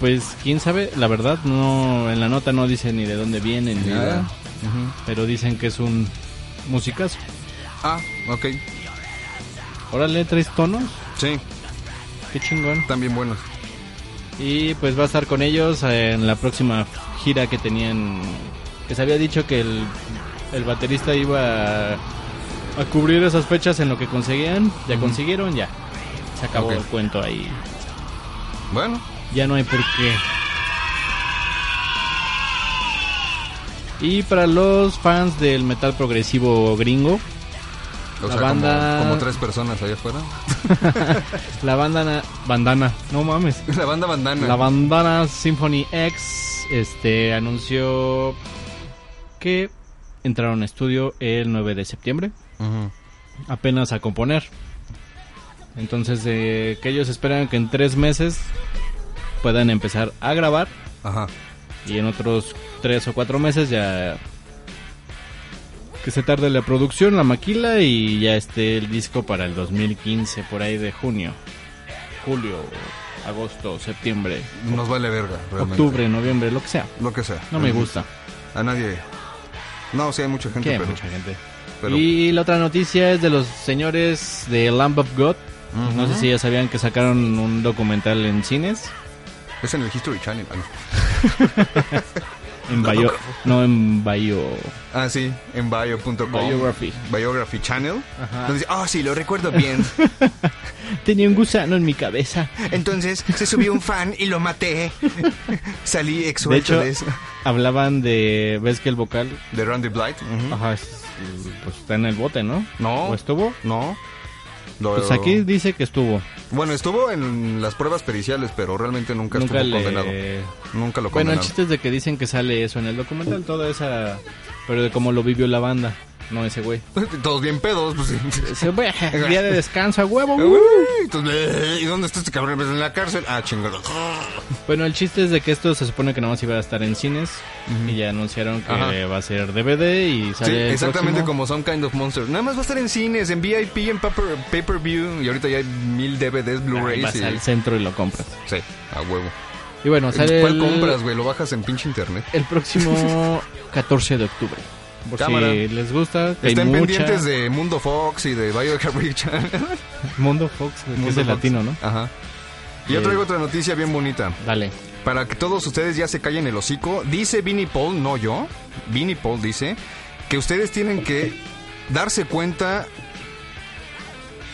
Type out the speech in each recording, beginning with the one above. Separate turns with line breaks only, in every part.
Pues quién sabe, la verdad no en la nota no dice ni de dónde viene ni
Ni
nada,
idea.
pero dicen que es un musicazo.
Ah, ok.
Órale, tres tonos,
Sí,
qué chingón.
también bueno.
Y pues va a estar con ellos en la próxima gira que tenían que se había dicho que el, el baterista iba a, a cubrir esas fechas en lo que conseguían, ya consiguieron, ya. Se acabó
Ok.
el cuento ahí.
Bueno,
Ya no hay por qué. Y para los fans del metal progresivo gringo,
o
La
sea,
banda-
como, como tres personas allá afuera.
la bandana, bandana, no mames,
La banda bandana.
la bandana Symphony X, este anunció que entraron a estudio el 9 de septiembre,
Ujú.
apenas a componer. Entonces, eh, que ellos esperan que en tres meses puedan empezar a grabar
Ajá.
Y en otros tres o cuatro meses ya que se tarde la producción, la maquila y ya esté el disco para el 2015, por ahí de junio, julio, agosto, septiembre,
Nos vale verga, realmente.
octubre, noviembre, lo que sea.
Lo que sea.
No me gusta.
A nadie. No, sí hay mucha gente,
Que hay
pero...
mucha gente.
pero-
Y la otra noticia es de los señores de Lamb of God. No sé si ya sabían que sacaron un documental en cines.
Es en el History Channel. Ah, no.
En Bayo. No, en Bayo.
Ah, sí, en bio.com.
Biography.
Biography Channel.
Ajá.
Donde dice, ah, sí, lo recuerdo bien.
Tenía un gusano en mi cabeza.
Entonces se subió un fan y lo maté. Salí
De
exuelto
hecho,
de, eso.
hablaban de. ¿Ves que el vocal?
De Randy Blight.
Ajá, es- pues está en el bote, ¿no?
No.
¿O estuvo?
No. Lo-
Pues aquí dice que estuvo.
Bueno, estuvo en las pruebas periciales, pero realmente nunca,
Nunca
estuvo
le...
condenado. Nunca lo
Bueno, el
condenaron.
chiste es de que dicen que sale eso en el documental, toda esa... Pero de cómo lo vivió la banda, no ese güey.
Todos bien pedos, pues. sí.
Ese güey, día de descanso a huevo. güey.
Uy, entonces, ¿Y dónde está este cabrón? Pues en la cárcel. Ah, chingado.
Bueno, el chiste es de que esto se supone que nada más iba a estar en cines y ya anunciaron que
Ajá.
va a ser DVD y sale
Sí,
el
exactamente
próximo.
como Some Kind of Monster. Nada más va a estar en cines, en VIP, en paper- pay-per-view. Y ahorita ya hay mil DVDs,
Ahí
Blu-rays.
Vas
Y...
al centro y lo compras.
Sí, a huevo.
Y bueno, sale
¿Cuál
el,
compras, güey? Lo bajas en pinche internet.
el próximo 14 de octubre. Por
Cámara.
si les gusta, que hay
Estén
mucha-
pendientes de Mundo Fox y de Biohack Richard.
Mundo Fox, güey, que
Mundo
es el
Fox.
latino, ¿no?
Ajá. Yo
Eh.
traigo otra noticia bien bonita.
Dale.
Para que todos ustedes ya se callen el hocico, dice Vinnie Paul, no yo, Vinnie Paul dice que ustedes tienen que darse cuenta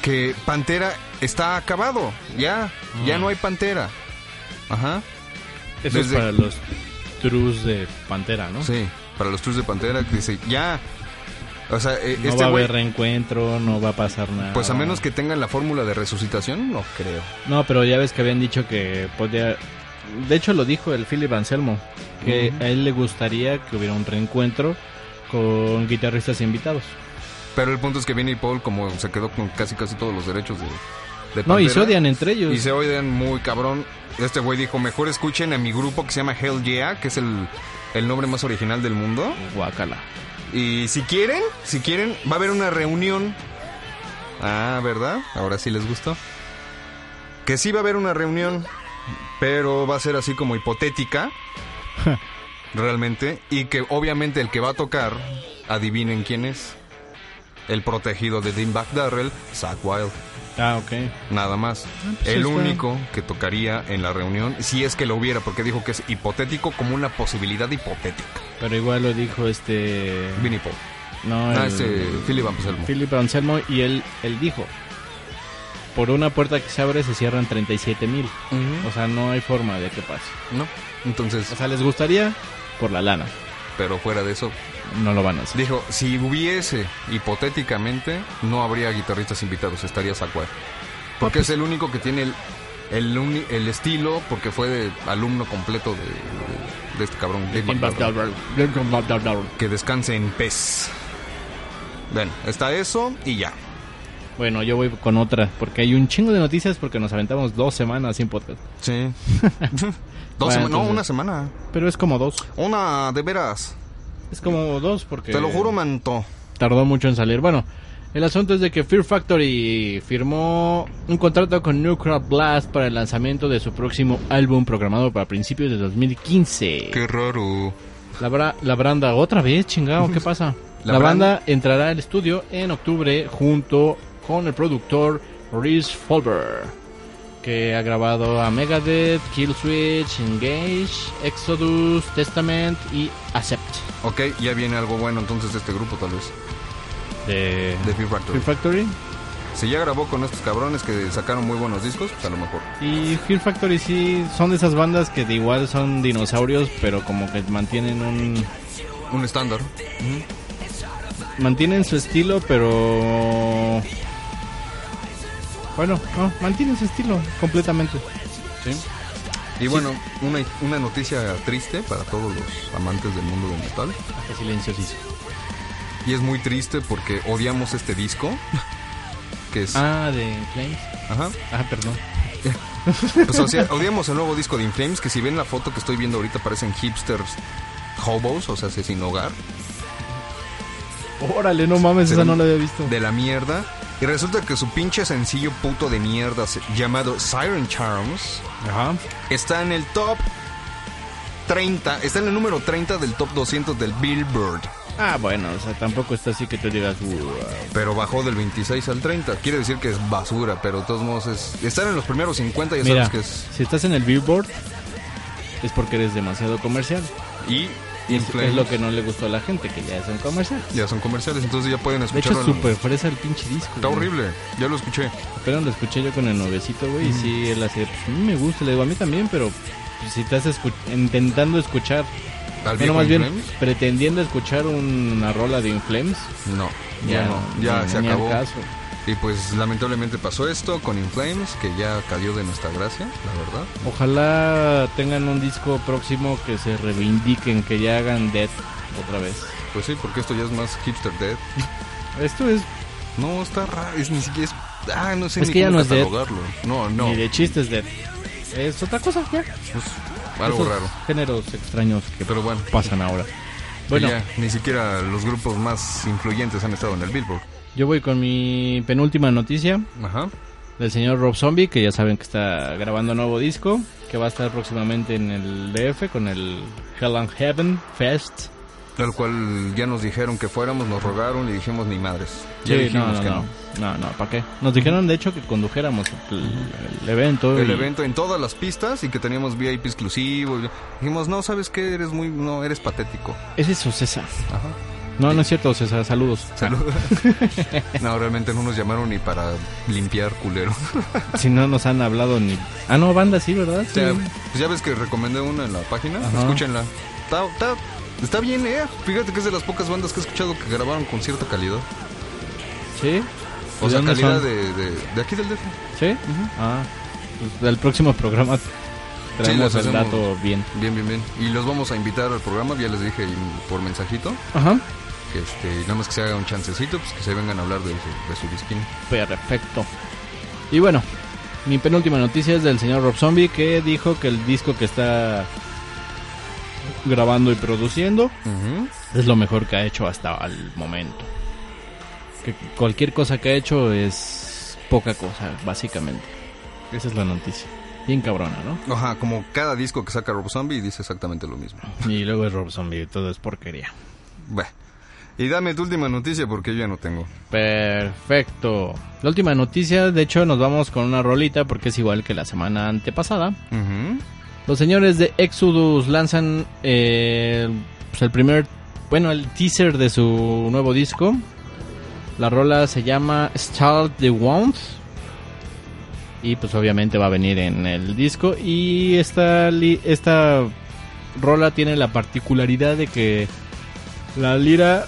que Pantera está acabado. Ya, ya no hay Pantera. Ajá.
Eso es
Desde-
para los trus de Pantera, ¿no?
Sí, para los tours de Pantera, que dice, ya. O sea, eh,
No
este
va a
güey,
haber reencuentro, no va a pasar nada.
pues a menos que tengan la fórmula de resucitación, no creo.
No, pero ya ves que habían dicho que podía... De hecho lo dijo el Philip Anselmo, que a él le gustaría que hubiera un reencuentro con guitarristas invitados.
Pero el punto es que Vinnie Paul, como se quedó con casi casi todos los derechos de, de
No, y
Pantera,
se odian entre ellos.
Y se oyen muy cabrón. Este güey dijo, mejor escuchen a mi grupo que se llama Hell Yeah, que es el, el nombre más original del mundo.
Guácala.
Y si quieren, si quieren, va a haber una reunión. Ah, ¿verdad? Ahora sí les gustó. Que sí va a haber una reunión, pero va a ser así como hipotética. realmente. Y que obviamente el que va a tocar, adivinen quién es. El protegido de Dimback Darrell, Zach Wild.
Ah, ok.
Nada más.
pues
el
está.
único que tocaría en la reunión, si es que lo hubiera, porque dijo que es hipotético como una posibilidad hipotética.
Pero igual lo dijo este...
Vinnie Paul.
No,
Ah,
el-
este, Philip Anselmo.
Philip Anselmo y él, él dijo, por una puerta que se abre se cierran 37 mil. O sea, no hay forma de que pase.
No. Entonces,
O sea, les gustaría por la lana.
pero fuera de eso,
No lo van a hacer.
dijo, si hubiese hipotéticamente, no habría guitarristas invitados, estaría Sacuar.
Ah,
Porque
pues
es el único que tiene el, el, uni- el estilo, porque fue de- alumno completo de, de- de este cabrón. Dave McDowell. que descanse en pez. Bueno, está eso y ya.
Bueno, yo voy con otra, porque hay un chingo de noticias porque nos aventamos dos semanas sin podcast.
Sí.
Bueno,
Dos sema- No,
entonces-
una semana.
Pero es como dos.
Una, de veras.
Es como dos porque...
Te lo juro, manto.
Tardó mucho en salir. Bueno, el asunto es de que Fear Factory firmó un contrato con New Crop Blast para el lanzamiento de su próximo álbum programado para principios de 2015.
Qué raro.
La, bra- la branda, otra vez, chingado, ¿qué pasa?
La
La,
bran-
banda entrará al estudio en octubre junto con el productor Rhys Fulber, que ha grabado a Megadeth, Killswitch, Engage, Exodus, Testament y Accept
Ok, ya viene algo bueno entonces de este grupo, tal vez.
de
De Fear
Fear
Factory.
Factory.
Si ya grabó con estos cabrones que sacaron muy buenos discos, pues a lo mejor.
Y Fear Factory sí son de esas bandas que de igual son dinosaurios, pero como que mantienen un
Un estándar.
mantienen su estilo, pero bueno, no, mantienen su estilo completamente.
Y bueno, una, una noticia triste para todos los amantes del mundo del metal.
Qué silencio se hizo.
Y es muy triste porque odiamos este disco. Que es.
Ah, de Flames.
Ajá.
Ah, perdón.
Pues o sea, odiamos el nuevo disco de Inflames, que si ven la foto que estoy viendo ahorita parecen hipsters hobos, o sea, se- sin hogar,
Órale, no mames,
Sí.
esa no la había visto.
de la mierda. Y resulta que su pinche sencillo puto de mierda se- llamado Siren Charms
Ajá.
está en el top 30, está en el número 30 del top 200 del Billboard,
Ah, bueno, o sea, tampoco está así que te digas, "Uh, "Wow".
pero bajó del 26 al 30. Quiere decir que es basura, pero de todos modos es estar en los primeros 50 ya
Mira,
sabes que es
si estás en el Billboard es porque eres demasiado comercial.
y
Es, es lo que no le gustó a la gente, que ya es un comercial.
ya son comerciales, entonces ya pueden
De hecho,
escucharlo.
es
en-
súper fresa el pinche disco.
Está
güey.
horrible, ya lo escuché.
Pero lo escuché yo con el nuevecito, güey. Y sí, él hace, pues, a mí me gusta, le digo a mí también, pero pues, si estás escu- intentando escuchar,
¿Al
bueno,
viejo
más bien
Inflames?
pretendiendo escuchar una rola de Inflames,
No,
ya,
ya no, ya
ni-
se
ni al
acabó.
caso.
Y pues lamentablemente pasó esto con In Flames, que ya cayó de nuestra gracia, la verdad.
Ojalá tengan un disco próximo que se reivindiquen, que ya hagan Death otra vez.
Pues sí, porque esto ya es más hipster dead.
Esto es
No, está raro, es ni siquiera es... Ah, no sé
Es
ni
que ya
cómo
no es dead.
catalogarlo. No, no,
ni de chistes Death. Es otra cosa, ya.
pues, algo
Esos
raro.
Géneros extraños que
Pero pues bueno,
pasan ahora.
bueno.
Bueno,
ni siquiera los grupos más influyentes han estado en el Billboard.
yo voy con mi penúltima noticia
Ajá.
del señor Rob Zombie, que ya saben que está grabando nuevo disco, que va a estar próximamente en el DF con el Hell and Heaven Fest.
Tal cual ya nos dijeron que fuéramos, nos rogaron y dijimos ni madres. Ya
Sí,
dijimos
no, no,
que
no, no, no, ¿para qué? Nos dijeron de hecho que condujéramos el, el evento.
El
y-
evento en todas las pistas y que teníamos VIP exclusivo. y- Dijimos, no, ¿sabes qué? Eres muy... No, eres patético.
Ese es Ocesa.
Ajá.
No, no es cierto, Ocesa, saludos.
Salud. no, realmente no nos llamaron ni para limpiar culero.
Si no nos han hablado ni... Ah, no, banda sí, ¿verdad?
O sea, pues ya ves que recomendé una en la página,
Ajá.
escúchenla. Está, está- está bien, eh. Fíjate que es de las pocas bandas que he escuchado que grabaron con cierta calidad.
¿Sí?
O
¿De
sea,
dónde
calidad
son?
de, de, de aquí del DF.
¿Sí? Ah, pues del próximo programa traemos
les
el
hacemos-
dato bien.
Bien, bien, bien. Y los vamos a invitar al programa, ya les dije y por mensajito,
Ajá.
que este, nada más que se haga un chancecito, pues que se vengan a hablar de su, de su disquín.
Perfecto. Y bueno, mi penúltima noticia es del señor Rob Zombie que dijo que el disco que está grabando y produciendo
Ujú.
es lo mejor que ha hecho hasta el momento. Que cualquier cosa que ha hecho es poca cosa, básicamente. Esa es la noticia. Bien cabrona, ¿no?
Ajá, como cada disco que saca Rob Zombie dice exactamente lo mismo.
Y luego es Rob Zombie, todo es porquería.
Bah. Y dame tu última noticia porque yo ya no tengo.
Perfecto. La última noticia, de hecho, nos vamos con una rolita porque es igual que la semana antepasada.
Ujú.
Los señores de Exodus lanzan eh, pues el primer, bueno, el teaser de su nuevo disco. La rola se llama Start the Wound. Y pues obviamente va a venir en el disco. Y esta, li- esta rola tiene la particularidad de que la lira,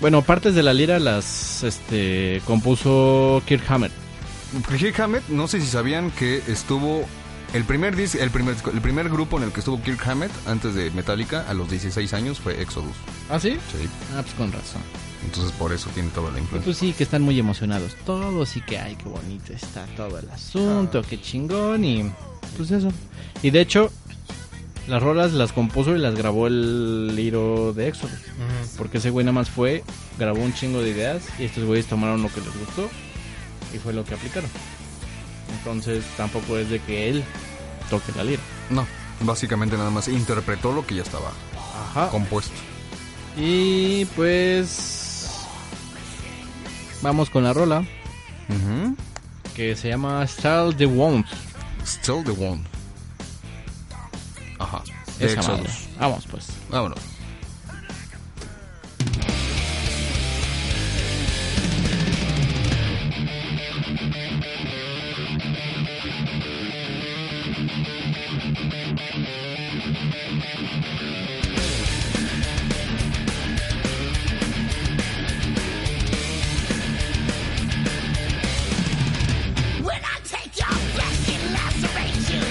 bueno, partes de la lira las este, compuso Kirk Hammett.
Kirk Hammett, no sé si sabían que estuvo el primer dis- el primer el primer grupo en el que estuvo Kirk Hammett antes de Metallica a los 16 años fue Exodus.
¿Ah, sí?
Sí.
Ah, pues con razón.
Entonces por eso tiene toda la
Y
influencia.
pues sí, que están muy emocionados todos y que, ay, qué bonito está todo el asunto, qué chingón y pues eso. Y de hecho, las rolas las compuso y las grabó el Liro de Éxodo. Porque ese güey nada más fue, grabó un chingo de ideas y estos güeyes tomaron lo que les gustó y fue lo que aplicaron. Entonces tampoco es de que él toque la lira.
No, básicamente nada más interpretó lo que ya estaba Ah.
Ajá.
compuesto.
Y pues... Vamos con la rola
Ujú.
que se llama Style the Wound.
Still the one. Ajá. De
Esa
Exodus.
madre. Vamos pues.
Vámonos.
When I take your flesh and lacerate you,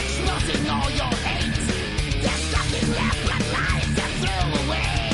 exposing all your hate. There's nothing left but lies and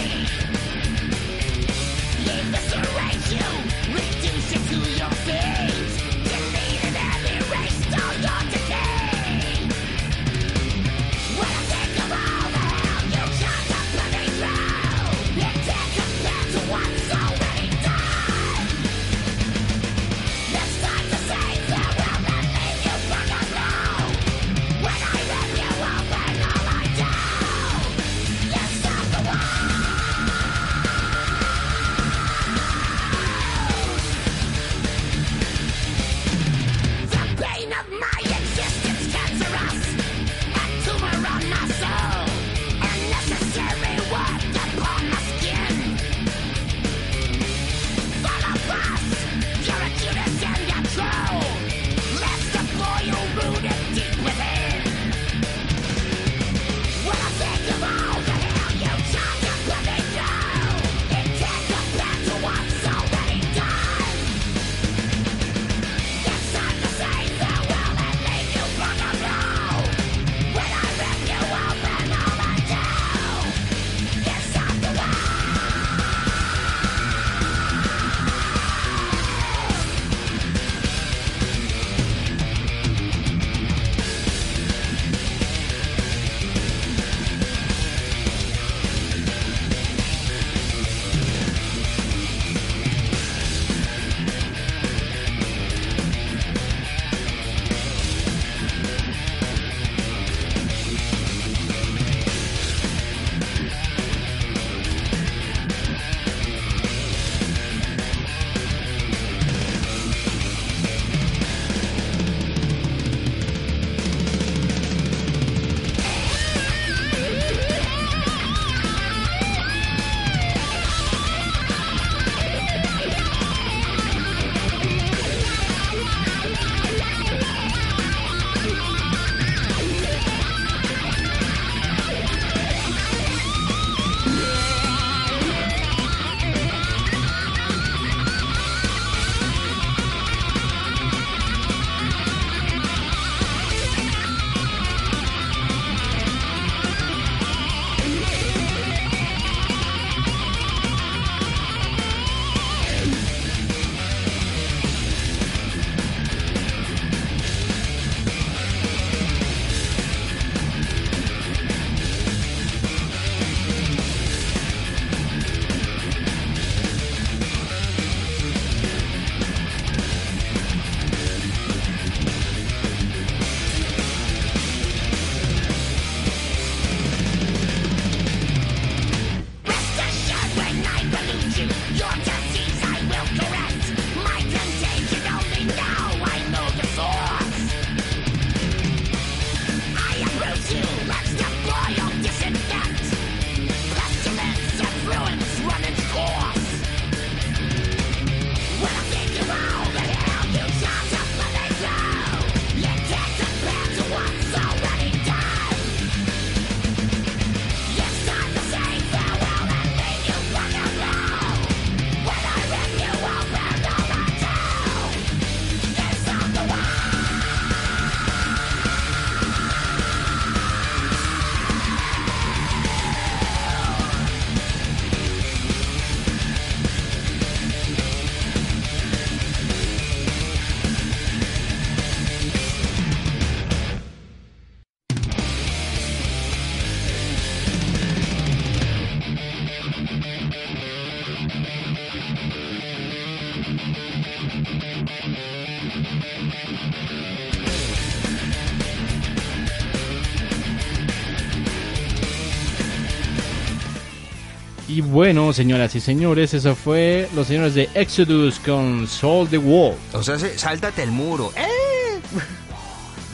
Y bueno, señoras y señores, eso fue los señores de Exodus con Soul the Wall.
O sea, se- sáltate el muro. ¡Eh!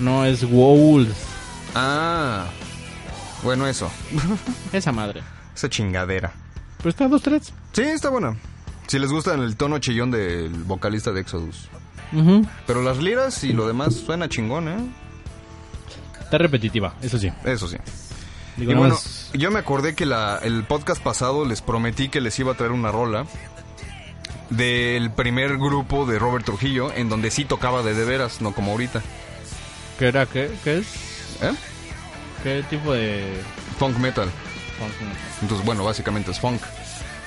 No es Wolves,
Ah. Bueno, eso.
esa madre.
Esa chingadera.
Pero está dos, tres.
Sí, está buena. Si les gusta el tono chillón del vocalista de Exodus.
Ujú.
Pero las liras y lo demás suena chingón, ¿eh?
Está repetitiva, eso sí.
Eso sí.
Digo,
y
nada
bueno,
más-
yo me acordé que la- el podcast pasado les prometí que les iba a traer una rola del primer grupo de Robert Trujillo, en donde sí tocaba de de veras, no como ahorita.
¿Qué era? ¿Qué, qué es?
¿Eh?
¿Qué tipo de...?
Funk metal. Entonces, bueno, básicamente es funk.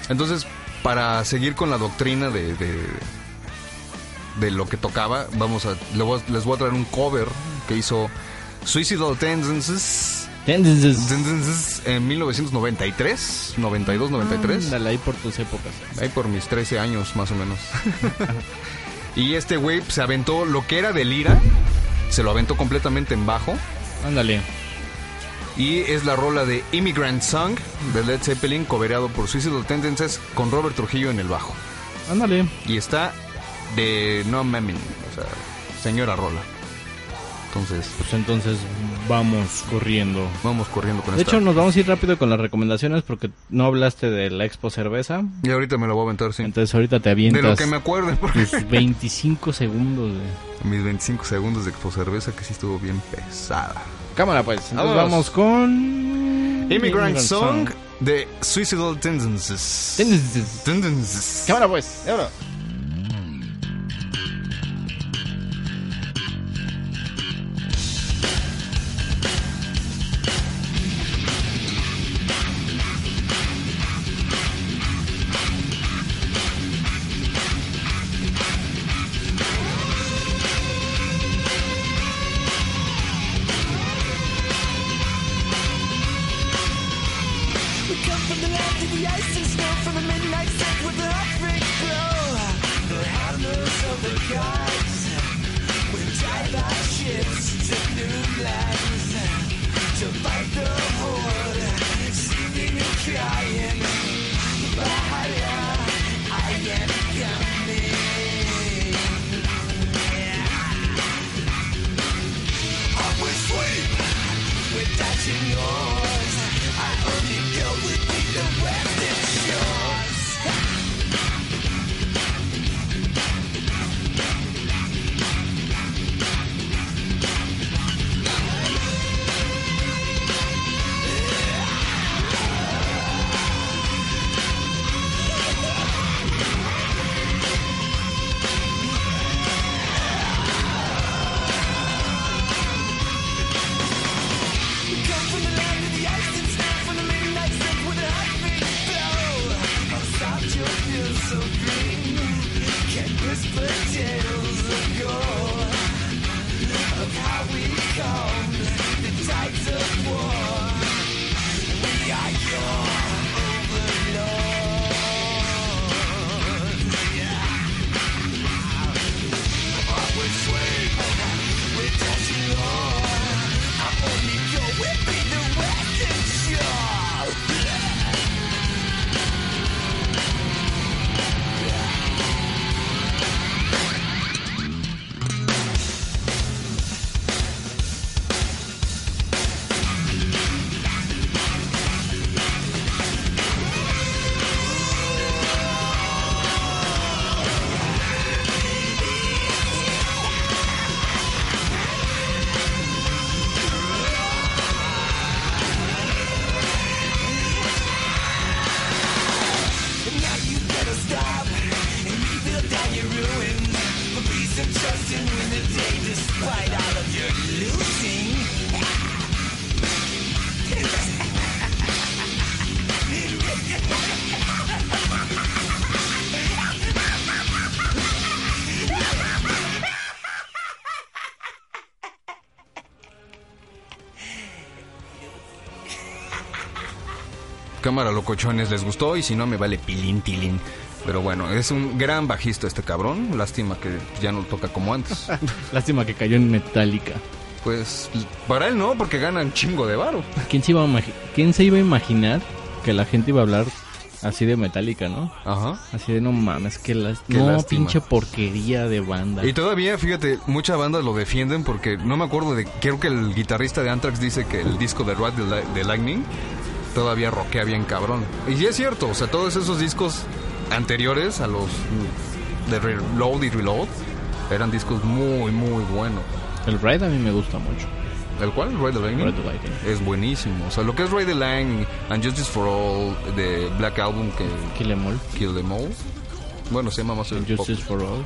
Entonces, para seguir con la doctrina de, de, de lo que tocaba, vamos a, le voy a- les voy a traer un cover que hizo Suicidal Tendencies,
Tendencies.
Tendencies en 1993, 92, 93.
Ándale, ahí por tus épocas.
Ahí por mis 13 años, más o menos. y este güey se aventó lo que era de lira, se lo aventó completamente en bajo.
Ándale.
Y es la rola de Immigrant Song de Led Zeppelin, cobereado por Suicidal Tendencies con Robert Trujillo en el bajo.
Ándale.
Y está de No Mamin, o sea, señora rola. Entonces,
Pues entonces vamos corriendo.
vamos corriendo con
De
esta.
hecho, nos vamos a ir rápido con las recomendaciones porque no hablaste de la Expo Cerveza.
Y ahorita me la voy a aventar, sí.
Entonces ahorita te
De
avientas
lo que me acuerde, porque
tus 25 segundos. De...
mis 25 segundos de expo cerveza que sí estuvo bien pesada.
Cámara pues. Entonces
Vámonos.
vamos con...
Immigrant Song de Suicidal Tendencies.
Tendencies.
Tendencies.
Cámara pues. vámonos.
We come from the land of the ice and snow, from the midnight sun with the heartbreak glow. The hammers of the gods. We drive our ships to new lands to fight the horde, singing and crying. Bahia, I am coming. Upward sweep, we're dodging yours. I only go with the western shores. Come from the land of the ice and snow, from the midnight sun with a heartbeat blow. How soft your feels so green, can whisper tales of gold. Of how we calm the tides of war. We are your overlord. Yeah. Upward sweep, we're dashing on. I only go with me the western shore. Now you better stop and rebuild down your ruins. But please don't trust and win the day despite all of your losing.
Cámara locochones, les gustó y si no me vale pilín tilín. Pero bueno, es un gran bajista este cabrón. Lástima que ya no toca como antes.
Lástima que cayó en Metallica.
Pues para él no, porque ganan chingo de varo.
¿Quién se, iba a imagi- ¿Quién se iba a imaginar que la gente iba a hablar así de metálica, ¿no?
Ajá.
Así de no mames, que las
Qué
no
lástima.
pinche porquería de banda.
Y todavía, fíjate, muchas bandas lo defienden porque no me acuerdo de. Creo que el guitarrista de Anthrax dice que el disco de Rat de, Li- de Lightning todavía rockea bien cabrón. Y es cierto, o sea, todos esos discos anteriores a los de Reload y Reload eran discos muy, muy buenos.
El Ride a mí me gusta mucho.
¿El cual? Ride the Lightning.
Ride the Lightning.
Es buenísimo. O sea, lo que es Ride the Lightning and Justice for All de Black Album que
Kill Em All,
Kill Them All. Bueno, se llama más el pop,
Justice for All.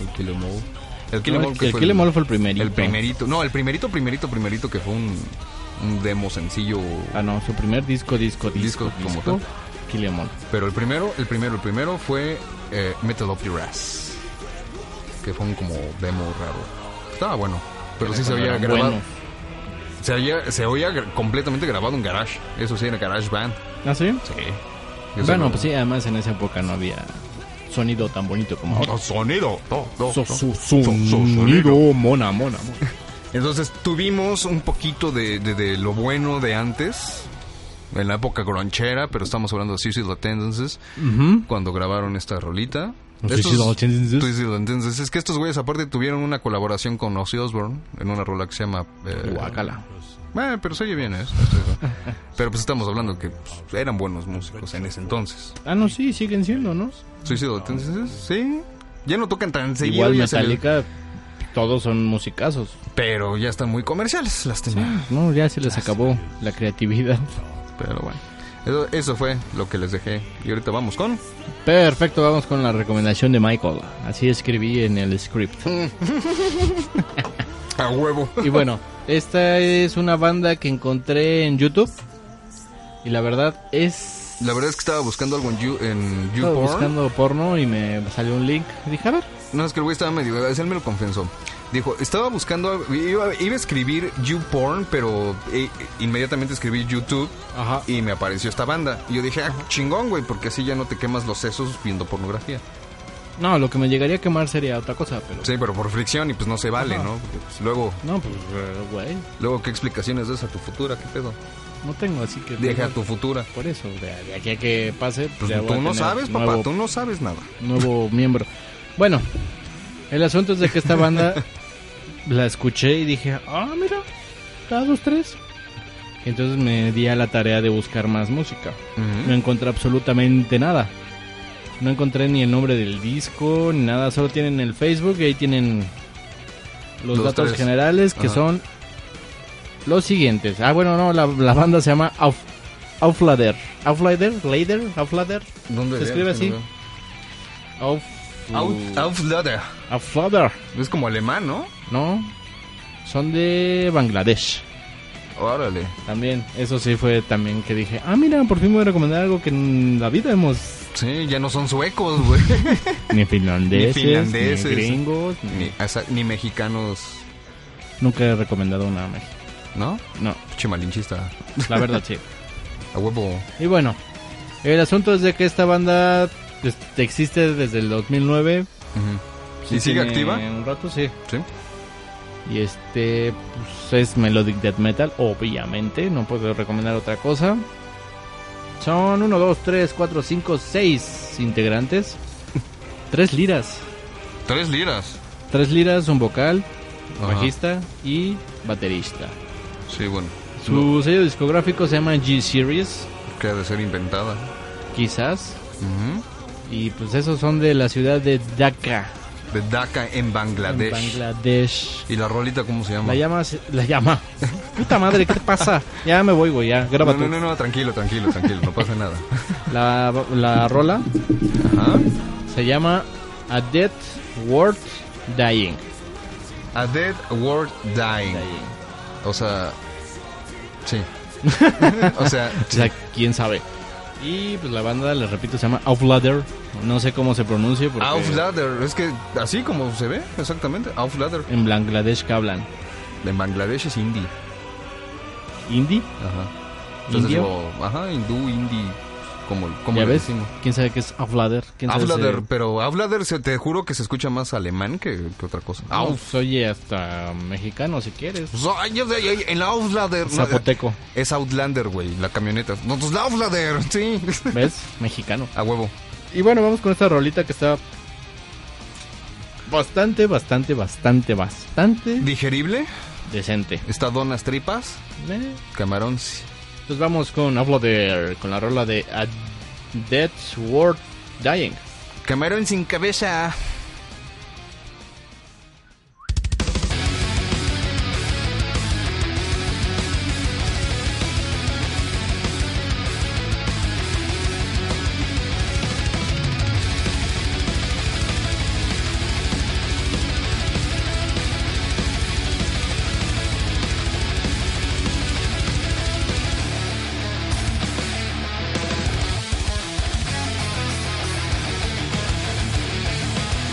el Kill Them All. El
No, el-
que
el
fue
Kill Em All fue el primerito.
El primerito. No, el primerito, primerito, primerito que fue un, un demo sencillo.
Ah, no, su primer disco, disco, disco.
Disco como
disco,
tal.
Kill Em All.
Pero el primero, el primero, el primero fue eh, Metal Up Your Ass. Que fue un como demo raro. Estaba bueno. Pero sí se había
Bueno,
grabado. Se, había- se oía gra- completamente grabado en Garage. Eso sí, en Garage Band.
¿Ah, sí?
Sí. Eso
bueno,
no-
pues sí, además en esa época no había sonido tan bonito como ahora.
Oh, sonido. Oh, oh, oh.
mona, mona, mona.
Entonces tuvimos un poquito de, de- de lo bueno de antes, en la época gronchera, pero estamos hablando de Suicidal Tendencies, cuando grabaron esta rolita.
Los Suicidal Tendencies.
Suicidal Tendencies. Es que estos güeyes aparte tuvieron una colaboración con Ozzy Osbourne en una rola que se llama... eh,
Guácala.
eh, pero se oye bien, ¿eh? pero pues estamos hablando que pues, eran buenos músicos en ese entonces.
Ah, no, sí, siguen siendo, ¿no?
Suicidal Tendencies, sí. Ya no tocan tan seguido.
Igual
ya se le-
Metallica, todos son musicazos.
Pero ya están muy comerciales, lástima.
No, ya se les acabó la creatividad.
Pero bueno, eso, eso fue lo que les dejé. Y ahorita vamos con.
Perfecto, vamos con la recomendación de Michael. Así escribí en el script.
A huevo.
Y bueno, esta es una banda que encontré en YouTube. Y la verdad es...
La verdad es que estaba buscando algo en, you, en
Estaba
YouPorn.
buscando porno y me salió un link. Dije, a ver.
No, es que el güey estaba medio. es Él me lo confesó. Dijo, estaba buscando. algo- Iba, iba a escribir YouPorn, pero eh, inmediatamente escribí YouTube.
Ajá.
Y me apareció esta banda. Y yo dije, ah, chingón, güey, porque así ya no te quemas los sesos viendo pornografía.
No, lo que me llegaría a quemar sería otra cosa, pero...
Sí, pero por fricción y pues no se vale, ¿no? Porque, pues, luego,
No, pues, eh, güey,
luego, ¿qué explicaciones das a tu futura? ¿Qué pedo?
no tengo, así que...
Deja a tu futura.
Por eso, de, de aquí a que pase...
Pues
ya voy
tú
a
no
tener
sabes, papá,
nuevo-
tú no sabes nada.
nuevo miembro. Bueno, el asunto es de que esta banda la escuché y dije, ah, mira, cada dos, tres. Y entonces me di a la tarea de buscar más música. No encontré absolutamente nada. No encontré ni el nombre del disco, ni nada. Solo tienen el Facebook y ahí tienen los,
Los
datos
tres.
generales que
Ajá.
son los siguientes. Ah, bueno, no, la, la banda se llama Auf, Auflader. Auflader, Lader, Auflader.
¿Dónde
Se
ve?
escribe así.
¿Dónde Uh. ve?
Auf,
Auf, Auflader.
Auflader.
Es como alemán, ¿no?
No, son de Bangladesh.
Órale.
También, eso sí fue también que dije, ah, mira, por fin me voy a recomendar algo que en la vida hemos
Sí, ya no son suecos, güey.
ni finlandeses, ni,
Ni finlandeses.
gringos, ni-
ni, o sea, ni mexicanos,
nunca he recomendado una a México.
¿no?
No,
Pinche malinchista.
la verdad sí.
A huevo.
Y bueno, el asunto es de que esta banda este, existe desde el 2009.
¿Y sigue
tiene
activa?
Un rato sí.
Sí.
Y este pues, es Melodic Death Metal, obviamente, no puedo recomendar otra cosa. Son 1, 2, 3, 4, 5, 6 integrantes. 3 liras.
Tres liras.
3 liras, un vocal,
Ajá.
bajista y baterista.
Sí, bueno.
Su sello discográfico se llama G-Series,
Que ha de ser inventada.
quizás.
Ujú.
Y pues esos son de la ciudad de Dhaka,
De Dhaka en
en
Bangladesh.
Bangladesh.
¿Y la rolita cómo se llama?
La llama, la llama. Puta madre, ¿qué te pasa? Ya me voy, güey, ya, graba
no,
tú.
no, no, no, tranquilo, tranquilo, tranquilo. No pasa nada.
La, la rola
Ajá.
se llama A Dead World Dying.
A Dead World Dying. O sea. Sí. o sea,
O
sí.
sea, quién sabe. Y pues la banda, les repito, se llama Auflader. No sé cómo se pronuncia porque
Auflader. Es que así como se ve, exactamente. Auflader.
en Bangladesh que hablan
En Bangladesh es indie.
indie.
Ajá.
¿Indio?
digo, ajá, hindú, indie, como, como
ya
le
ves, eh,
decimos.
quién sabe qué es Aflader. ¿Quién sabe
Hablader,
ese-
pero Hablader, se- te juro que se escucha más alemán que, que otra cosa.
No,
Auf. Pues,
pues, oye, hasta mexicano si quieres.
So- ay, yo- ay, ay, El Auflader. no,
Zapoteco.
es Outlander, güey, la camioneta. No, pues la Auflader, sí.
¿Ves? Mexicano.
A huevo.
Y bueno, vamos con esta rolita que está bastante, bastante, bastante, bastante
Digerible.
decente.
Está Donas Tripas.
Eh,
Camarón. sí.
Pues vamos con Aflader, con la rola de A Death's Worth Dying.
Camarón sin cabeza.
Thank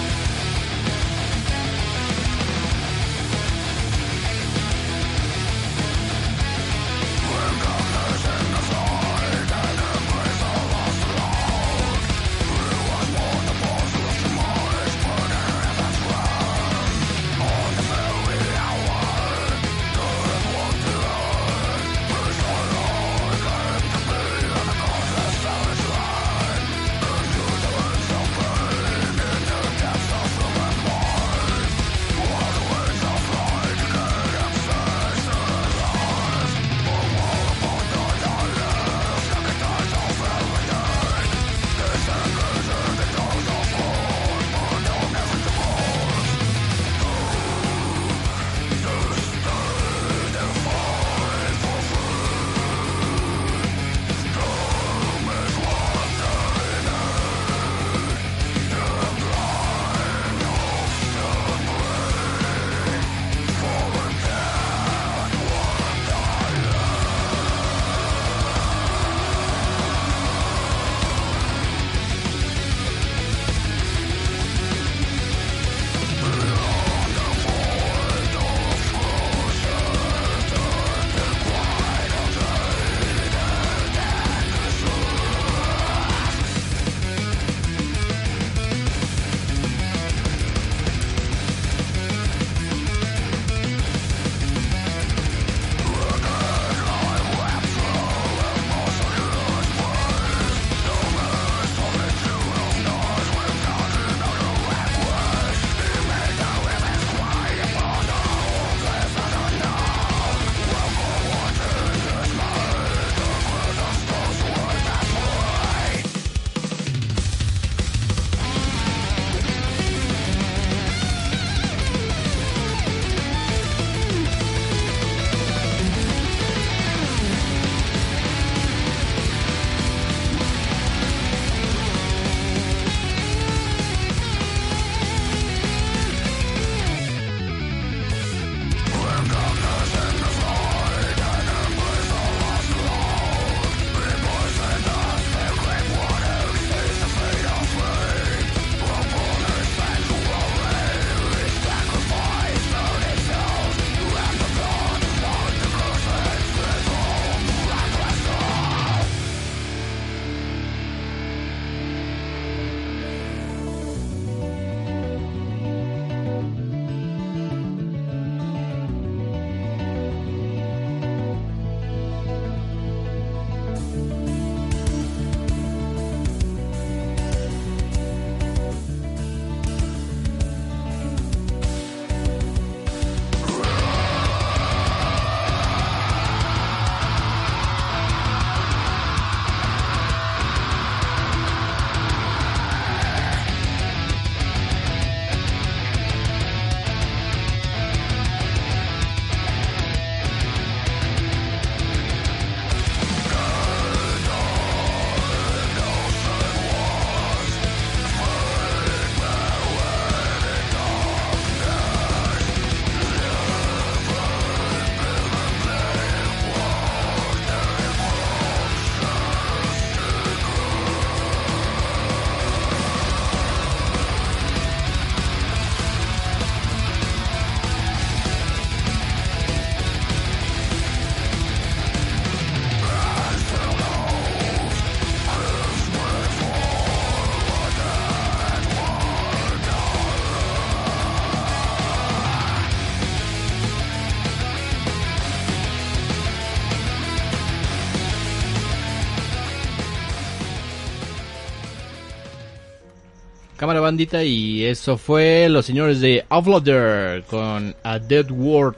Cámara bandita y eso fue los señores de Offloader con A Dead World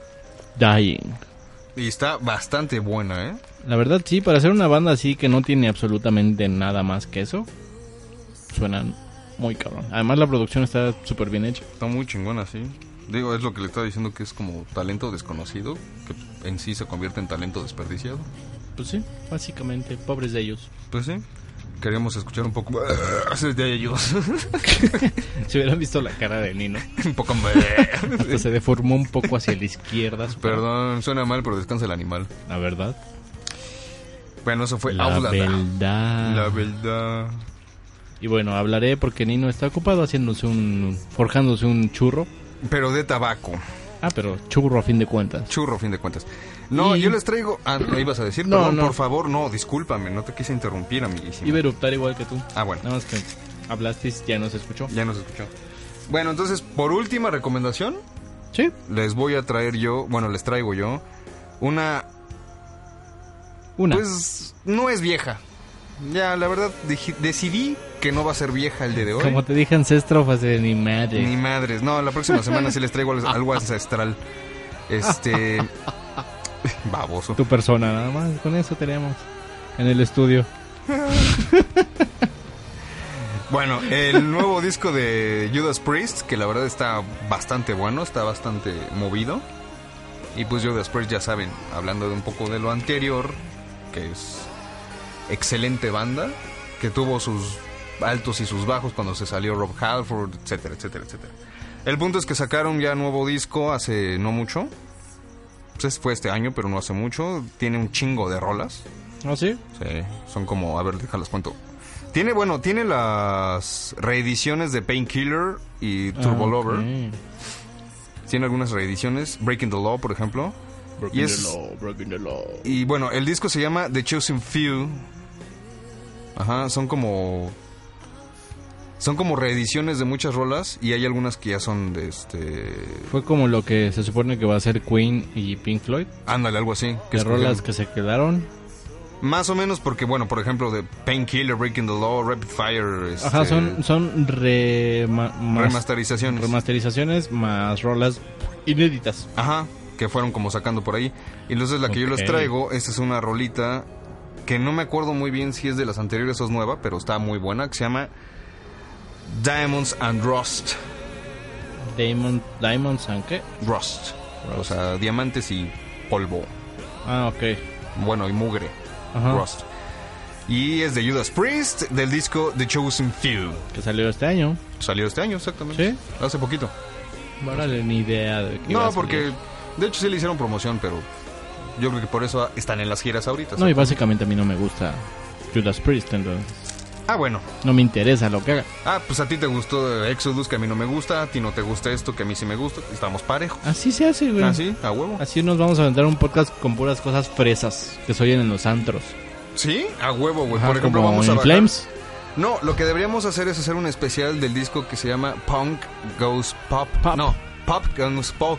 Dying.
Y está bastante buena, ¿eh?
La verdad sí, para ser una banda así que no tiene absolutamente nada más que eso, suenan muy cabrón. Además la producción está súper bien hecha.
Está muy chingona, sí. Digo, es lo que le estaba diciendo que es como talento desconocido, que en sí se convierte en talento desperdiciado.
Pues sí, básicamente, pobres de ellos.
Pues sí. Queríamos escuchar un poco más de ellos.
Si hubieran visto la cara de Nino,
un poco
hasta
más.
se deformó un poco hacia la izquierda. su-
Perdón, suena mal, pero descansa el animal.
La verdad.
Bueno, eso fue
La
Aulada.
verdad.
La verdad.
Y bueno, hablaré porque Nino está ocupado haciéndose un... forjándose un churro.
Pero de tabaco.
Ah, pero churro a fin de cuentas.
Churro, a fin de cuentas. No,
Y-
yo les traigo. Ah, ¿me ibas a decir?
No,
Perdón,
no.
por favor, no, discúlpame, no te quise interrumpir, amiguísimo.
Iba a eruptar igual que tú.
Ah, bueno,
Nada más que hablaste y ya no se escuchó.
ya nos escuchó. Bueno, entonces, por última recomendación,
Sí.
les voy a traer yo, bueno, les traigo yo, una.
Una.
Pues no es vieja. Ya, la verdad, dij- decidí que no va a ser vieja el día de hoy.
Como te dije, ancestro fue de ni madre.
Ni madres. No, la próxima semana sí les traigo al- algo ancestral. Este. Baboso.
Tu persona, nada más. Con eso tenemos. En el estudio.
Bueno, el nuevo disco de Judas Priest, que la verdad está bastante bueno, está bastante movido. Y pues Judas Priest, ya saben, hablando de un poco de lo anterior, que es excelente banda, que tuvo sus altos y sus bajos cuando se salió Rob Halford, etcétera, etcétera, etcétera. El punto es que sacaron ya nuevo disco hace no mucho. Pues fue este año, pero no hace mucho. Tiene un chingo de rolas.
¿No sí?
Sí, son como, a ver, déjalas cuento. Tiene, bueno, tiene las reediciones de Painkiller y
Ah,
Turbo Lover. Tiene algunas reediciones, Breaking the Law, por ejemplo. Y, es- y bueno, el disco se llama The Chosen Few. Ajá, son como... Son como reediciones de muchas rolas y hay algunas que ya son de este...
Fue como lo que se supone que va a ser Queen y Pink Floyd.
Ándale, algo así.
Que
escogieron.
rolas que se quedaron.
Más o menos porque, bueno, por ejemplo, de Painkiller, Breaking the Law, Rapid Fire...
Ajá,
este,
son, son re- ma- mas-
remasterizaciones.
remasterizaciones más rolas inéditas.
Ajá, que fueron como sacando por ahí. Y entonces la que yo les
Ok.
traigo, esta es una rolita que no me acuerdo muy bien si es de las anteriores o es nueva, pero está muy buena, que se llama Diamonds and Rust.
Diamond, Diamonds and qué?
Rust. O sea, diamantes y polvo.
Ah, ok.
Bueno, y mugre.
Ajá.
Rust. Y es de Judas Priest, del disco The Chosen Few.
Que salió este año.
Salió este año, exactamente. Hace poquito.
Órale, ni idea de que iba
No,
a
porque
salir.
de hecho sí le hicieron promoción, pero yo creo que por eso están en las giras ahorita.
No, y básicamente a mí no me gusta Judas Priest, entonces
Ah, bueno.
no me interesa lo que haga.
Ah, pues a ti te gustó Exodus, que a mí no me gusta, a ti no te gusta esto, que a mí sí me gusta, estamos parejos.
Así se hace, güey.
¿Ah, sí? ¿A huevo?
Así nos vamos a aventar un podcast con puras cosas fresas que se oyen en los antros.
¿Sí? A huevo, güey.
Ajá,
Por ejemplo,
como
vamos a
In
bajar-
Flames.
No, lo que deberíamos hacer es hacer un especial del disco que se llama Punk Goes Pop.
Pop.
No, Pop Goes Pop.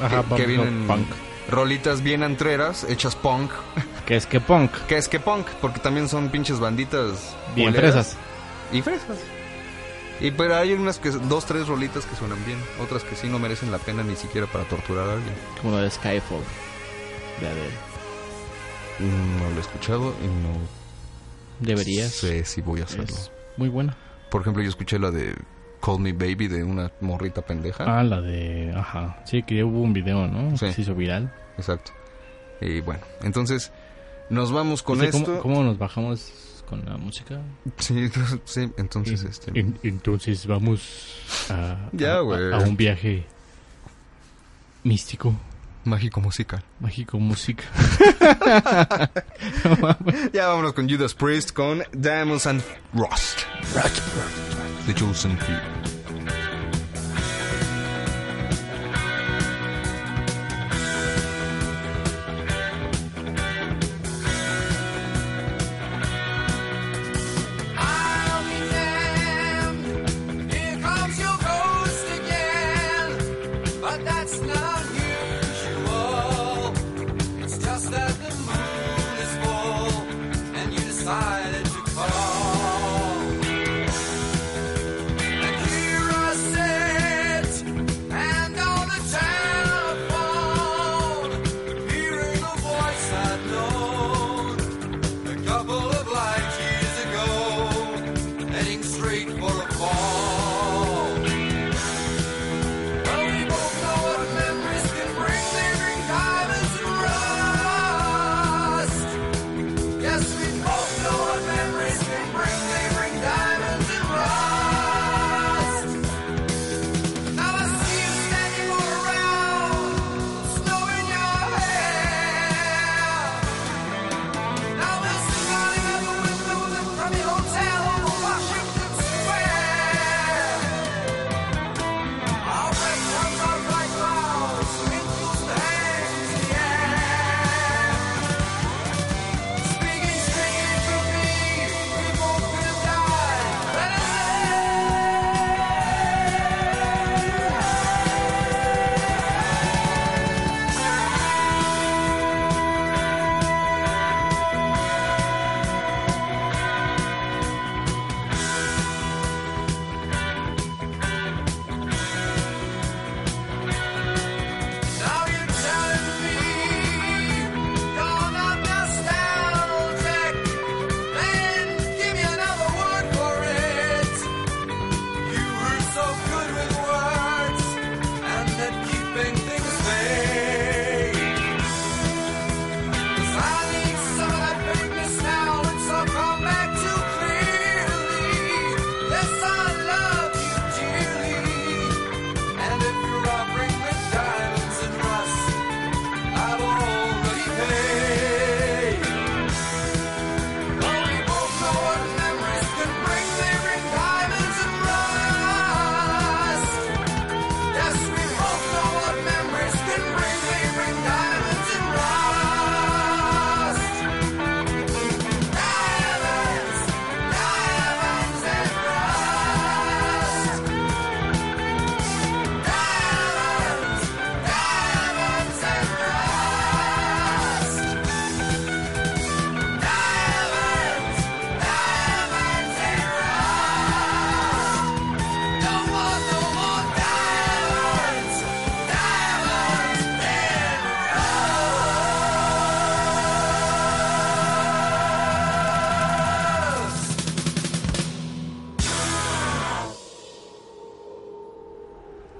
Ajá,
que,
punk,
que
no,
vienen
punk.
rolitas bien antreras, hechas punk.
Que es que punk.
que es que punk? Porque también son pinches banditas.
Bien
culeras.
fresas.
Y fresas. Y pero hay unas que dos, tres rolitas que suenan bien, otras que sí no merecen la pena ni siquiera para torturar a alguien.
Como lo de Skyfall. De Adele.
Mm, No lo he escuchado y no
Deberías.
sé si voy a hacerlo.
Es muy buena.
Por ejemplo, yo escuché la de Call Me Baby de una morrita pendeja.
Ah, la de. Ajá. Sí, que hubo un video, ¿no?
Sí.
Que se hizo viral.
Exacto. Y bueno, entonces nos vamos con
Dice,
esto.
¿cómo, cómo nos bajamos con la música?
Sí, sí, entonces este
En- entonces vamos a,
Ya,
a-
güey.
a- a un viaje místico,
mágico musical.
mágico, música.
Ya vámonos con Judas Priest con Diamonds and Rust. The Chosen Few.
I'll be damned. Here comes your ghost again. But that's not usual. It's just that the moon is full and you decided to call.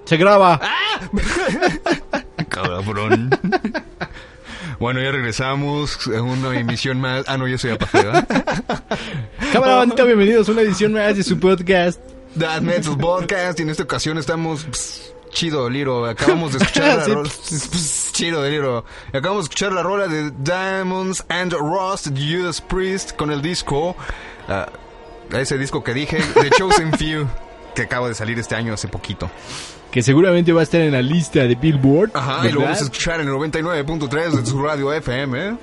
Se graba.
Ah, Cabrón. Bueno, ya regresamos a una emisión más. Ah, no, yo soy aparte, ¿verdad?
Cámara bandita, bienvenidos a una edición más de su podcast.
That Metal Podcast. Y en esta ocasión estamos pss, chido, Liro. Acabamos de escuchar la
Sí,
rola. pss, pss, chido, Liro. Acabamos de escuchar la rola de Diamonds and Rust de Judas Priest con el disco. ah, ese disco que dije, The Chosen Few. Que acaba de salir este año hace poquito.
Que seguramente va a estar en la lista de Billboard.
Ajá, y lo
¿verdad?
vamos a escuchar en el 99.3 de su radio FM. ¿eh?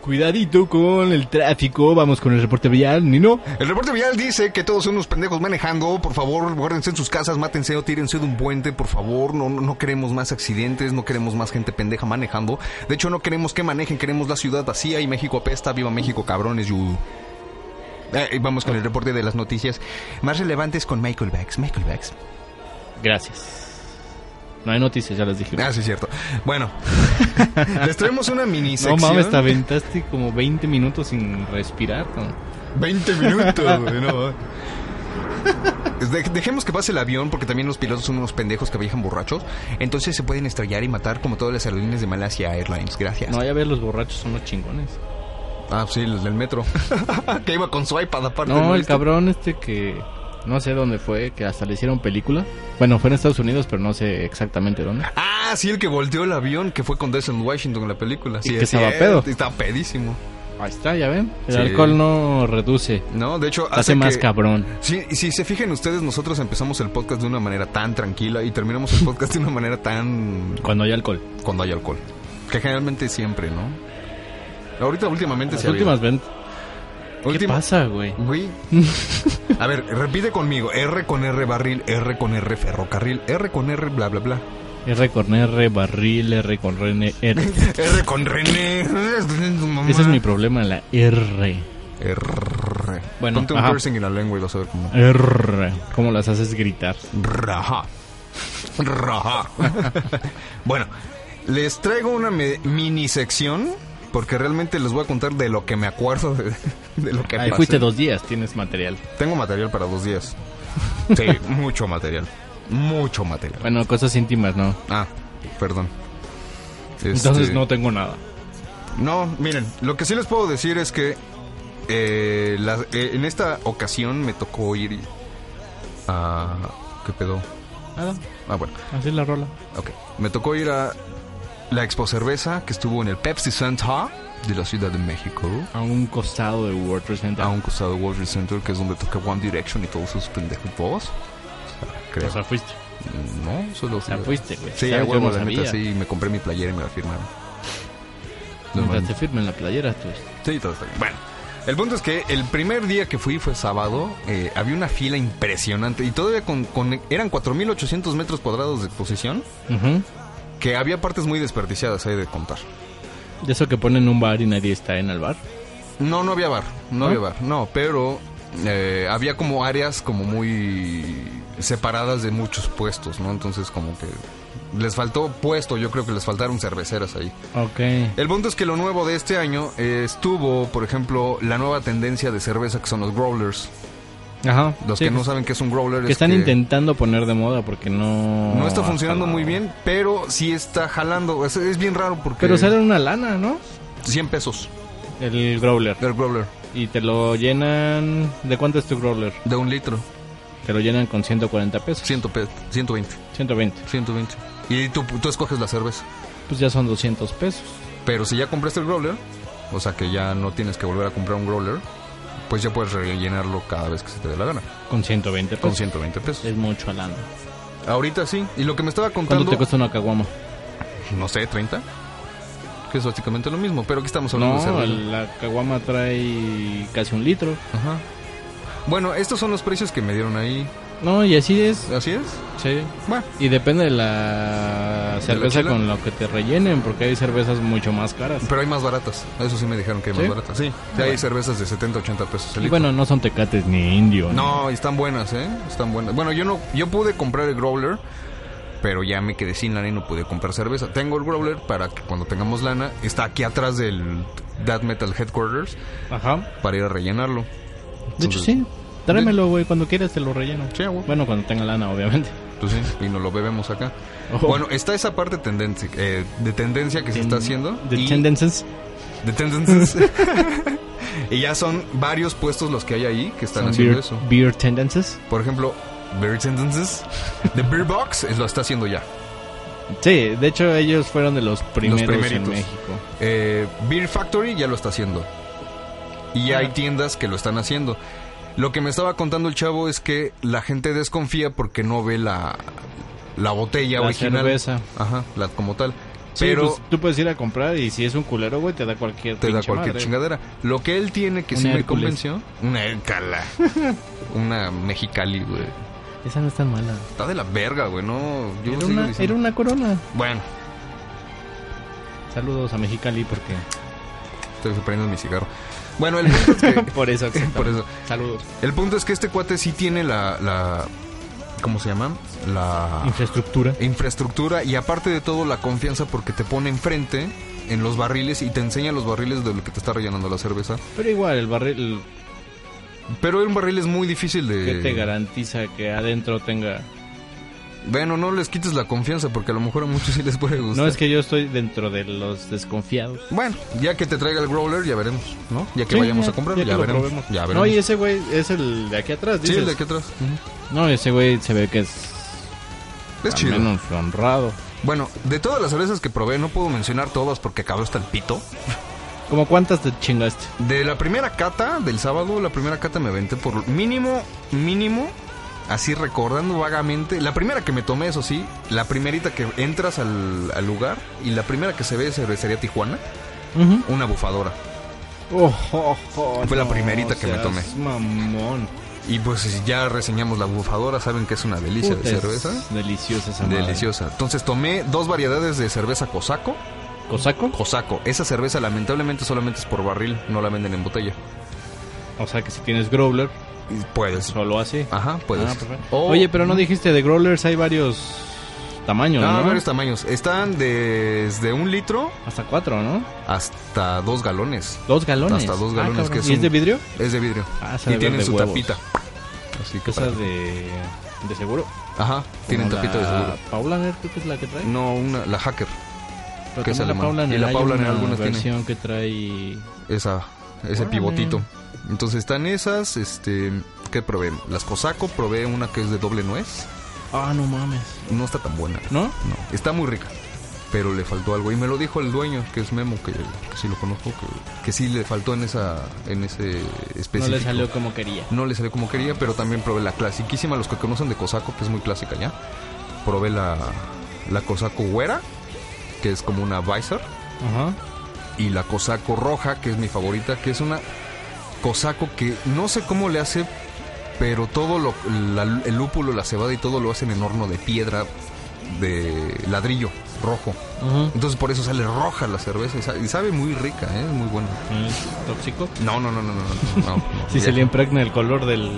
Cuidadito con el tráfico. Vamos con el reporte vial, Nino.
El reporte vial dice que todos son unos pendejos manejando. Por favor, guárdense en sus casas, mátense o tírense de un puente, por favor. No, no, no queremos más accidentes, no queremos más gente pendeja manejando. De hecho, no queremos que manejen, queremos la ciudad vacía y México apesta. Viva México, cabrones, you. Eh, y vamos con el reporte de las noticias más relevantes con Michael Bax. Michael Bax.
Gracias. No hay noticias, ya las dije.
Ah, sí, es cierto. Bueno, les traemos una mini
No
sección.
mames, te aventaste como 20 minutos sin respirar. ¿no?
20 minutos, güey, no. De- dejemos que pase el avión porque también los pilotos son unos pendejos que viajan borrachos. Entonces se pueden estrellar y matar como todas las aerolíneas de Malasia Airlines. Gracias.
No, ya ves, los borrachos son los chingones.
Ah, sí, los del metro. que iba con su iPad aparte.
No, el
Este-
cabrón este que no sé dónde fue, que hasta le hicieron película. Bueno, fue en Estados Unidos, pero no sé exactamente dónde.
Ah, sí, el que volteó el avión que fue con Denzel Washington en la película. Sí,
que
es
estaba
cierto,
pedo.
Estaba pedísimo.
Ahí está, ya ven. El
Sí.
alcohol no reduce,
No, de hecho,
hace más
que-
cabrón.
Sí, y si se fijan ustedes, nosotros empezamos el podcast de una manera tan tranquila y terminamos el podcast de una manera tan
Cuando hay alcohol.
cuando hay alcohol. Que generalmente siempre, ¿no? Ahorita últimamente
Las
se ha habido.
últimas ven- ¿Qué
Última-
pasa, güey?
Güey. A ver, repite conmigo. R con R barril, R con R ferrocarril, R con R bla bla bla.
R con R, barril, R con R, R.
R con René.
Ese es mi problema, la R.
R.
Bueno,
Ponte un
ajá.
piercing en la lengua y vas a ver cómo.
R. ¿Cómo las haces gritar?
Raja. Raja. bueno, les traigo una me- mini sección porque realmente les voy a contar de lo que me acuerdo de, de lo que
Ahí
pasé.
fuiste dos días, tienes material.
Tengo material para dos días. Sí, mucho material. Mucho material.
Bueno, cosas íntimas, no.
Ah, perdón. Este,
Entonces no tengo nada.
No, miren, lo que sí les puedo decir es que eh, la- eh, en esta ocasión me tocó ir a... ¿Qué pedo?
Nada,
Ah, bueno,
así la rola.
ok. Me tocó ir a la Expo Cerveza que estuvo en el Pepsi Center de la Ciudad de México.
A un costado de World Trade Center.
A un costado de World Trade Center que es donde toca One Direction y todos sus pendejos. O sea, creo.
O sea, fuiste.
No, solo
sea, fuiste, güey.
Sí,
Sabes,
a
yo
huevo,
no
la neta,
sabía.
sí, me compré mi playera y me la firmaron. No
Mientras
mames.
te firmen la playera, tú.
Sí, todo está bien. Bueno, el punto es que el primer día que fui fue sábado, eh, había una fila impresionante y todavía con, con- eran 4.800 metros cuadrados de exposición, que había partes muy desperdiciadas, hay de contar.
De eso que ponen un bar y nadie está en el bar.
No, no había bar, no,
¿No?
había bar, no, pero eh, había como áreas como muy separadas de muchos puestos, ¿no? Entonces como que les faltó puesto, yo creo que les faltaron cerveceras ahí.
Ok.
El punto es que lo nuevo de este año eh, estuvo, por ejemplo, la nueva tendencia de cerveza que son los growlers.
Ajá.
Los que no saben qué es un growler es
pues, Que están
que
intentando poner de moda porque no.
No está
ha
funcionando
jalado.
muy bien, pero sí está jalando. Es, es bien raro porque
Pero sale una lana, ¿no?
100 pesos
El growler.
del growler
Y te lo llenan. ¿De cuánto es tu growler?
de un litro,
Te lo llenan con 140 pesos.
100 pesos, 120,
120.
120. Y tú, tú escoges la cerveza.
Pues ya son 200 pesos.
Pero si ya compraste el growler, o sea que ya no tienes que volver a comprar un growler, pues ya puedes rellenarlo cada vez que se te dé la gana
Con 120
con
pesos.
120 pesos.
Es mucho lana.
Ahorita sí. Y lo que me estaba
¿Cuánto
contando,
te cuesta una caguama?
no sé, 30. Que es básicamente lo mismo, pero aquí estamos hablando de
No,
cerveza.
la caguama trae casi un litro.
Ajá. Bueno, estos son los precios que me dieron ahí.
No, y así es.
¿Así es?
Sí.
Bueno,
Y depende de la cerveza
chela?
con lo que te rellenen, porque hay cervezas mucho más caras.
pero hay más baratas. Eso sí me dijeron que hay
¿Sí?
más baratas. Sí, hay cervezas de 70, 80 pesos el
Y
litro.
bueno, no son tecates ni indio.
No, y están buenas, ¿eh? Están buenas. Bueno, yo no yo pude comprar el growler, pero ya me quedé sin lana y no pude comprar cerveza. Tengo el growler para que cuando tengamos lana, está aquí atrás del That Metal Headquarters
Ajá.
para ir a rellenarlo.
De hecho, sí. Tráemelo, güey, cuando quieras te lo relleno.
Sí, güey.
Bueno, cuando tenga lana, obviamente.
Pues sí, y nos lo bebemos acá.
Ojo.
Bueno, está esa parte tendencia, eh, de tendencia que se está haciendo.
The
y-
Tendencies.
de tendencias. y ya son varios puestos los que hay ahí que están
Son
haciendo
beer,
eso.
beer Tendencies.
Por ejemplo, Beer Tendencies. The Beer Box eh, lo está haciendo ya.
Sí, de hecho ellos fueron de los primeros en
primeritos.
México.
Eh, Beer Factory ya lo está haciendo. Y ya hay tiendas que lo están haciendo. Lo que me estaba contando el chavo es que la gente desconfía porque no ve la, la botella
La
original.
cerveza.
Ajá, la, como tal.
Sí,
Pero
pues, tú puedes ir a comprar y si es un culero, güey, te da cualquier
te da
pinche
cualquier
madre.
chingadera. Lo que él tiene que
Una
sí me
Hércules.
convenció. Una Hércala. una Mexicali, güey.
Esa no es tan mala.
Está de la verga, güey, no. Yo
Era
sigo
una,
diciendo-
era una corona.
Bueno,
Saludos a Mexicali porque...
estoy prendiendo mi cigarro. Bueno, el punto es que,
Por eso.
por eso.
Saludos.
El punto es que este cuate sí tiene la. la ¿Cómo se llama? La
Ah.
Eh.
Infraestructura.
infraestructura y aparte de todo la confianza porque te pone enfrente en los barriles y te enseña los barriles de lo que te está rellenando la cerveza.
Pero igual, el barril
Pero un barril es muy difícil de...
que te garantiza que adentro tenga...
Bueno, no les quites la confianza porque a lo mejor a muchos sí les puede gustar.
No, es que yo estoy dentro de los desconfiados.
Bueno, ya que te traiga el growler ya veremos, ¿no? Ya que
Sí,
vayamos
ya-
a comprar,
ya
ya,
que lo
veremos.
probemos.
Ya
No,
veremos.
y ese güey es el de aquí atrás,
Sí,
dices.
el de aquí atrás. Ujú.
No, ese güey se ve que es...
Es
al
chido.
menos honrado.
Bueno, de todas las cervezas que probé, no puedo mencionar todas porque acabó hasta el pito.
¿Cómo cuántas te chingaste?
De la primera cata del sábado, la primera cata me aventé por mínimo, mínimo, así recordando vagamente. La primera que me tomé, eso sí, la primerita que entras al, al lugar y la primera que se ve es cervecería Tijuana, una bufadora.
Oh,
Fue la primerita que me tomé.
Mamón.
Y pues ya reseñamos la bufadora, saben que es una delicia
Puta,
de
es
cerveza.
Deliciosa esa madre.
Deliciosa. Entonces tomé dos variedades de cerveza cosaco.
¿Cosaco?
Cosaco, esa cerveza lamentablemente solamente es por barril, no la venden en botella.
O sea que si tienes growler,
Y Puedes.
solo así.
Ajá, puedes. Oh.
Ah, perfecto.
O-
Oye, pero no dijiste de growlers hay varios tamaños,
Ah,
¿no?
varios tamaños. Están desde un litro
Hasta cuatro, ¿no?
hasta dos galones.
Dos galones.
Hasta dos
Ah,
galones,
cabrón.
que es
¿Y es
un-
de vidrio?
Es de vidrio.
Ah, se ha
y
de
tienen
ver de
su
huevos.
tapita. Así que
Cosa
para-
de, de seguro.
Ajá, tienen
Como
tapita de
la
seguro.
Paula, Ner, creo que es la que trae.
No, una, la hacker.
Pero
que es
también la
alemana.
Paula
Y
Ner
la
hay
Paula Ner
una
algunas tiene.
versión que trae...
Esa, ese
Órale.
pivotito. Entonces están esas, este, ¿qué probé? Las Cosaco, probé una que es de doble nuez.
Ah, no mames.
No está tan buena.
¿No?
No, está muy rica. Pero le faltó algo. Y me lo dijo el dueño, que es Memo, que, que sí lo conozco, que, que sí le faltó en esa, en ese específico.
No le salió como quería.
No le salió como quería, pero también probé la clasiquísima, los que conocen de Cosaco, que es muy clásica ya. Probé la, la Cosaco Güera, que es como una Visor,
Ajá.
y la Cosaco Roja, que es mi favorita, que es una Cosaco que no sé cómo le hace, pero todo lo, la- el lúpulo, la cebada y todo lo hacen en horno de piedra, de ladrillo rojo.
Ajá.
Entonces por eso sale roja la cerveza y sa- y sabe, muy rica, ¿eh? es muy buena.
¿Es tóxico?
No, no, no, no, no, no. no, no.
Sí, se le impregna el color del...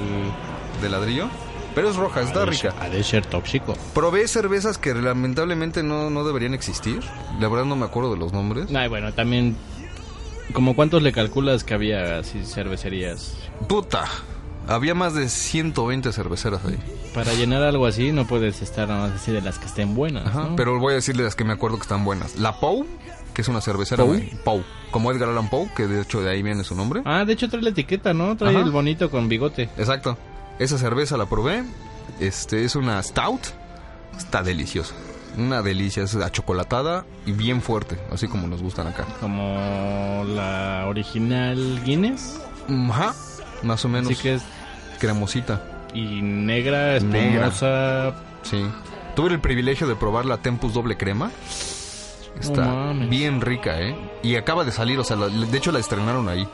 de ladrillo, pero es roja, está rica.
Ha de ser tóxico.
Probé cervezas que lamentablemente no, no deberían existir. La verdad no me acuerdo de los nombres.
Ay, bueno, también... ¿Como cuántos le calculas que había así cervecerías?
Puta. Había más de 120 cerveceras ahí.
Para llenar algo así no puedes estar nada más así de las que estén buenas,
Ajá,
¿no?
Pero voy a decirle las que me acuerdo que están buenas. La Pou, que es una cervecera.
¿Pou?
de- Pou. Como Edgar Allan Poe, que de hecho de ahí viene su nombre.
Ah, de hecho trae la etiqueta, ¿no? Trae
Ajá.
el bonito con bigote.
Exacto. Esa cerveza la probé. Este es una stout. Está deliciosa. Una delicia, es achocolatada y bien fuerte, así como nos gustan acá.
Como la original Guinness.
Ajá, más o menos
Así que es...
cremosita.
Y negra,
Negra.
espumosa...
Sí. Tuve el privilegio de probar la Tempus doble crema.
No
Está
mames.
bien rica, ¿eh? Y acaba de salir, o sea, la- de hecho la estrenaron ahí.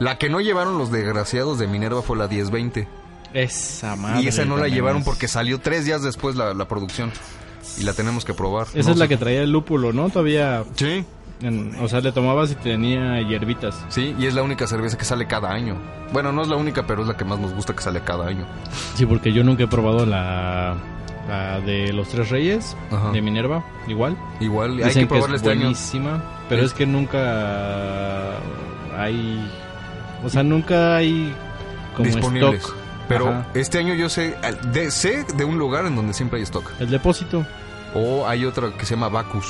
La que no llevaron los desgraciados de Minerva fue la 1020.
Esa madre.
y esa no
Ah,
la
pues también
llevaron
es-
porque salió tres días después la, la producción. Y la tenemos que probar.
Esa
No
es la
sé-
que traía el lúpulo, ¿no? Todavía...
Sí,
en- o sea, le tomabas y tenía hierbitas.
sí, y es la única cerveza que sale cada año. Bueno, no es la única, pero es la que más nos gusta que sale cada año.
Sí, porque yo nunca he probado la, la de los Tres Reyes,
Ajá.
de Minerva, igual.
Igual, hay
Dicen
que probarla
es
este año.
buenísima, pero es que nunca hay... O sea, nunca hay como
Disponibles.
stock
Pero
Ajá.
este año yo sé al- de, sé de un lugar en donde siempre hay stock.
El depósito.
O hay otra que se llama Bacus.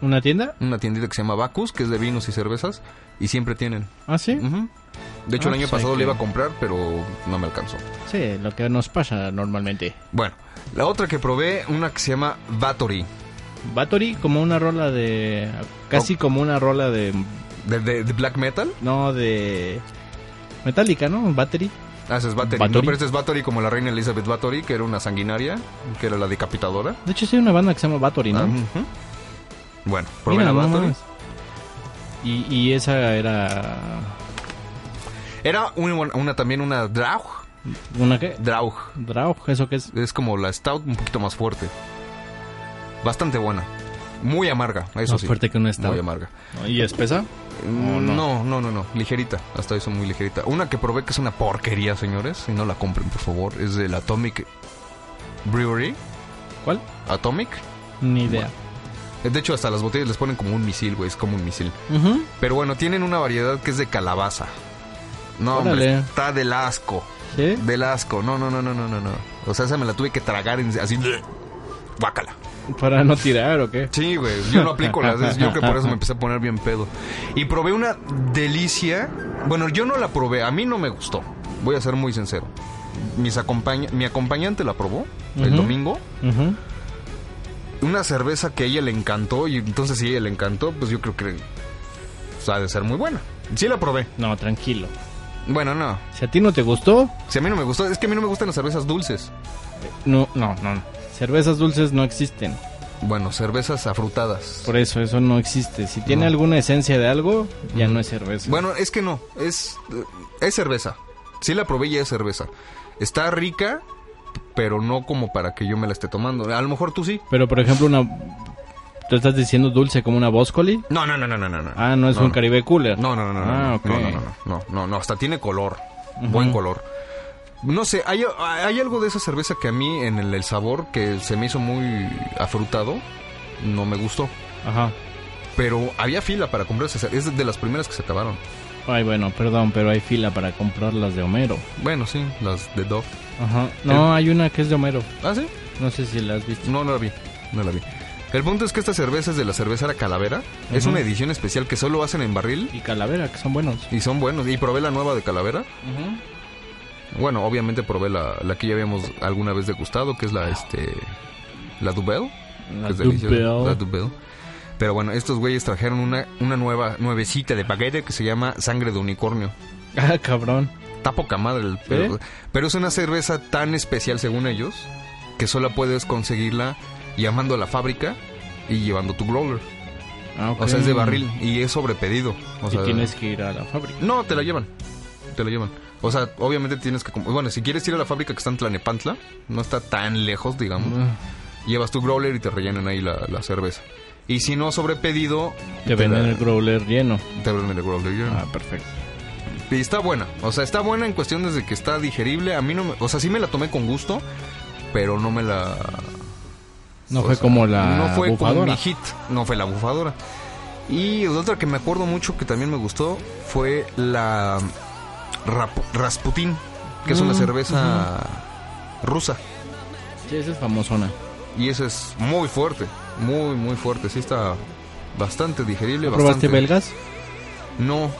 ¿Una tienda?
Una tiendita que se llama Bacus, que es de vinos y cervezas. Y siempre tienen.
¿Ah, sí?
Ujú. De hecho,
Ah,
el año
pues hay
pasado le
que-
iba a comprar, pero no me alcanzó.
Sí, lo que nos pasa normalmente.
Bueno, la otra que probé, una que se llama Battery.
Battery como una rola de... Casi
Oh.
como una rola de...
De, de- de black metal.
No, de... Metallica, ¿no? Battery.
Ah, esa es Battery.
Bathory.
No, pero esta es Battery como la reina Elizabeth Battery, que era una sanguinaria, que era la decapitadora.
De hecho, sí hay una banda que se llama Battery, ¿no?
Ah, ujú. Bueno, probé
Mira,
la
no
Battery.
mames. y, y esa era...
Era una, una- también una Draug.
¿Una qué?
Draug.
Draug, ¿eso qué es?
Es como la Stout un poquito más fuerte. Bastante buena. Muy amarga, eso
Más
sí.
fuerte que una Stout.
Muy amarga.
¿Y espesa?
Oh, No? no, no, no, Ligerita. Hasta eso muy ligerita. Una que probé que es una porquería, señores. Y no la compren, por favor. Es del Atomic Brewery.
¿Cuál?
Atomic.
Ni idea.
De hecho, hasta las botellas les ponen como un misil, güey. Es como un misil.
Ujú.
Pero bueno, tienen una variedad que es de calabaza. No,
Órale.
hombre, está del asco.
¿Sí?
Del asco. No, no, no, no, no, no, no. O sea, esa me la tuve que tragar en- así. Guácala.
¿Para no tirar o qué?
Sí, güey, yo no aplico las veces, yo creo que por eso me empecé a poner bien pedo. Y probé una delicia. Bueno, yo no la probé, a mí no me gustó. Voy a ser muy sincero. Mis acompañ- mi acompañante la probó el
Ujú.
domingo.
Ujú.
Una cerveza que a ella le encantó y entonces si a ella le encantó, pues yo creo que o sea, ha de ser muy buena. Sí la probé.
No, tranquilo.
Bueno, no.
Si a ti no te gustó,
Si a mí no me gustó, es que a mí no me gustan las cervezas dulces.
no, no, no. no. Cervezas dulces no existen.
Bueno, cervezas afrutadas.
Por eso, eso no existe. Si tiene alguna esencia de algo, ya no es cerveza.
Bueno, es que no, es, es cerveza. Sí la probé y es cerveza. Está rica, pero no como para que yo me la esté tomando. A lo mejor tú sí.
Pero, por ejemplo, una... ¿Tú estás diciendo dulce como una bóscoli?
No, no, no, no, no, no. no.
Ah, no es un Caribe Cooler.
No, no, no, no.
Ah,
no,
ok.
no, no, no, no, no, no, hasta tiene color. Buen color. No sé, hay, hay algo de esa cerveza que a mí en el, el sabor que se me hizo muy afrutado, no me gustó.
Ajá.
Pero había fila para comprar esa cerveza. Es de las primeras que se acabaron.
Ay, bueno, perdón, pero hay fila para comprar las de Homero.
Bueno, sí, las de Dove.
Ajá. No, hay una que es de Homero.
Ah, sí.
No sé si la has visto.
No, no la vi. No la vi. El punto es que esta cerveza es de la cervecera Calavera. Es una edición especial que solo hacen en barril
Y Calavera, que son buenos.
y son buenos. Y probé la nueva de Calavera. Bueno, obviamente probé la, la que ya habíamos alguna vez degustado, que es la este la Dubel.
La
que es deliciosa.
Dubel.
La Dubel. Pero bueno, estos güeyes trajeron una, una nueva nuevecita de baguette que se llama Sangre de Unicornio.
Ah, cabrón.
Está poca madre. el-
¿Eh?
Pero, pero es una cerveza tan especial, según ellos, que solo puedes conseguirla llamando a la fábrica y llevando tu growler.
Ah, ok.
O sea, es de barril y es sobre pedido. O
Y
sea,
tienes que ir a la fábrica.
No, te la llevan. Te la llevan. O sea, obviamente tienes que... com- Bueno, si quieres ir a la fábrica que está en Tlanepantla, no está tan lejos, digamos.
Mm.
Llevas tu growler y te rellenan ahí la, la cerveza. Y si no, sobre pedido...
Te venden
la-
el growler lleno.
Te venden el growler. ya.
Ah, perfecto.
Y está buena. O sea, está buena en cuestión desde que está digerible. A mí no me... O sea, sí me la tomé con gusto, pero no me la...
No
o
fue
sea,
como la
No fue como
bufadora.
mi hit. No fue la bufadora. Y otra que me acuerdo mucho que también me gustó fue la Rap- Rasputin, que es una
Mm,
cerveza rusa.
Sí, esa es famosona.
Y esa es muy fuerte. Muy, muy fuerte. Sí está bastante digerible.
¿Probaste
bastante-
belgas?
No.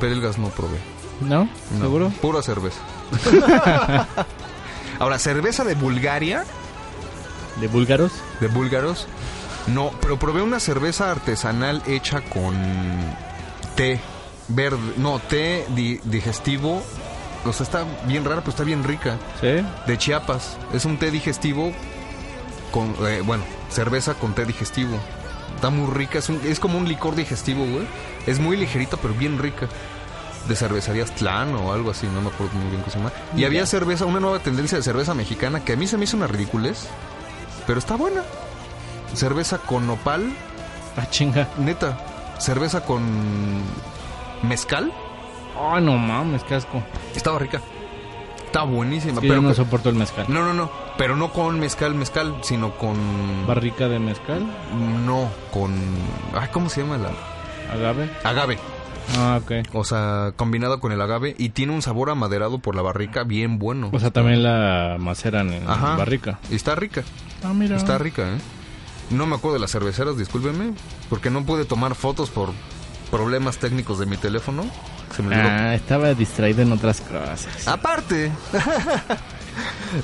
Belgas no probé.
¿No?
No,
¿Seguro?
Pura cerveza. Ahora, cerveza de Bulgaria,
¿De búlgaros?
de búlgaros. No, pero probé una cerveza artesanal hecha con té verde, no, té di- digestivo. O sea, está bien rara, pero está bien rica.
Sí.
De Chiapas. Es un té digestivo con, eh, bueno, cerveza con té digestivo. Está muy rica, es, un- es como un licor digestivo, güey. Es muy ligerita, pero bien rica. De cervecerías Tlán o algo así, no me acuerdo muy bien cómo se llama. Y había cerveza, una nueva tendencia de cerveza mexicana que a mí se me hizo una ridiculez, pero está buena. Cerveza con nopal,
Ah, chinga.
neta. Cerveza con mezcal,
Ay, Ah, no mames, casco.
estaba rica. Está buenísima,
Yo
pero
no soporto el mezcal.
no, no, no. Pero no con mezcal, mezcal, sino con.
Barrica de mezcal,
No, con. Ah, ¿cómo se llama la?
agave.
Agave.
Ah, ok.
O sea, combinado con el agave y tiene un sabor amaderado por la barrica bien bueno.
O sea, también la maceran en
Ajá.
barrica.
Y está rica,
Ah, mira.
está rica, ¿eh? No me acuerdo de las cerveceras, discúlpenme, porque no pude tomar fotos por problemas técnicos de mi teléfono. Se me olvidó.
Ah, estaba distraído en otras cosas.
Aparte.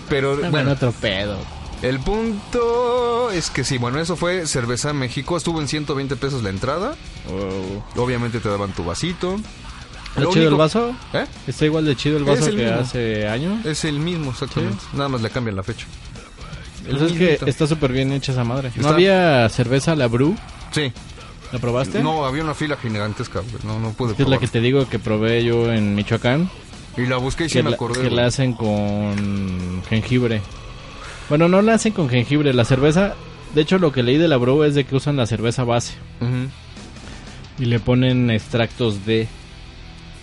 Pero
Estaba
Ah, bueno,
Ah, en otro pedo.
El punto es que sí, bueno, eso fue Cerveza México. Estuvo en 120 pesos la entrada.
Wow.
Obviamente te daban tu vasito.
¿Está
Lo
chido el
único-
vaso?
¿Eh?
¿Está igual de chido el
Es
vaso
el
que
mismo.
hace años?
Es el mismo, exactamente. Nada más le cambian la fecha.
Pues es
mismito.
que está súper bien hecha esa madre. ¿No
Está-
había cerveza, la Bru?
Sí.
¿La probaste?
No, había una fila gigantesca. güey. No, no
Que
pude
es la
probar.
que te digo que probé yo en Michoacán.
Y la busqué y sí
que
me
la,
acordé.
que la
güey.
hacen con jengibre. Bueno, no la hacen con jengibre. La cerveza... De hecho, lo que leí de la Bru es de que usan la cerveza base.
Ujú.
Y le ponen extractos de...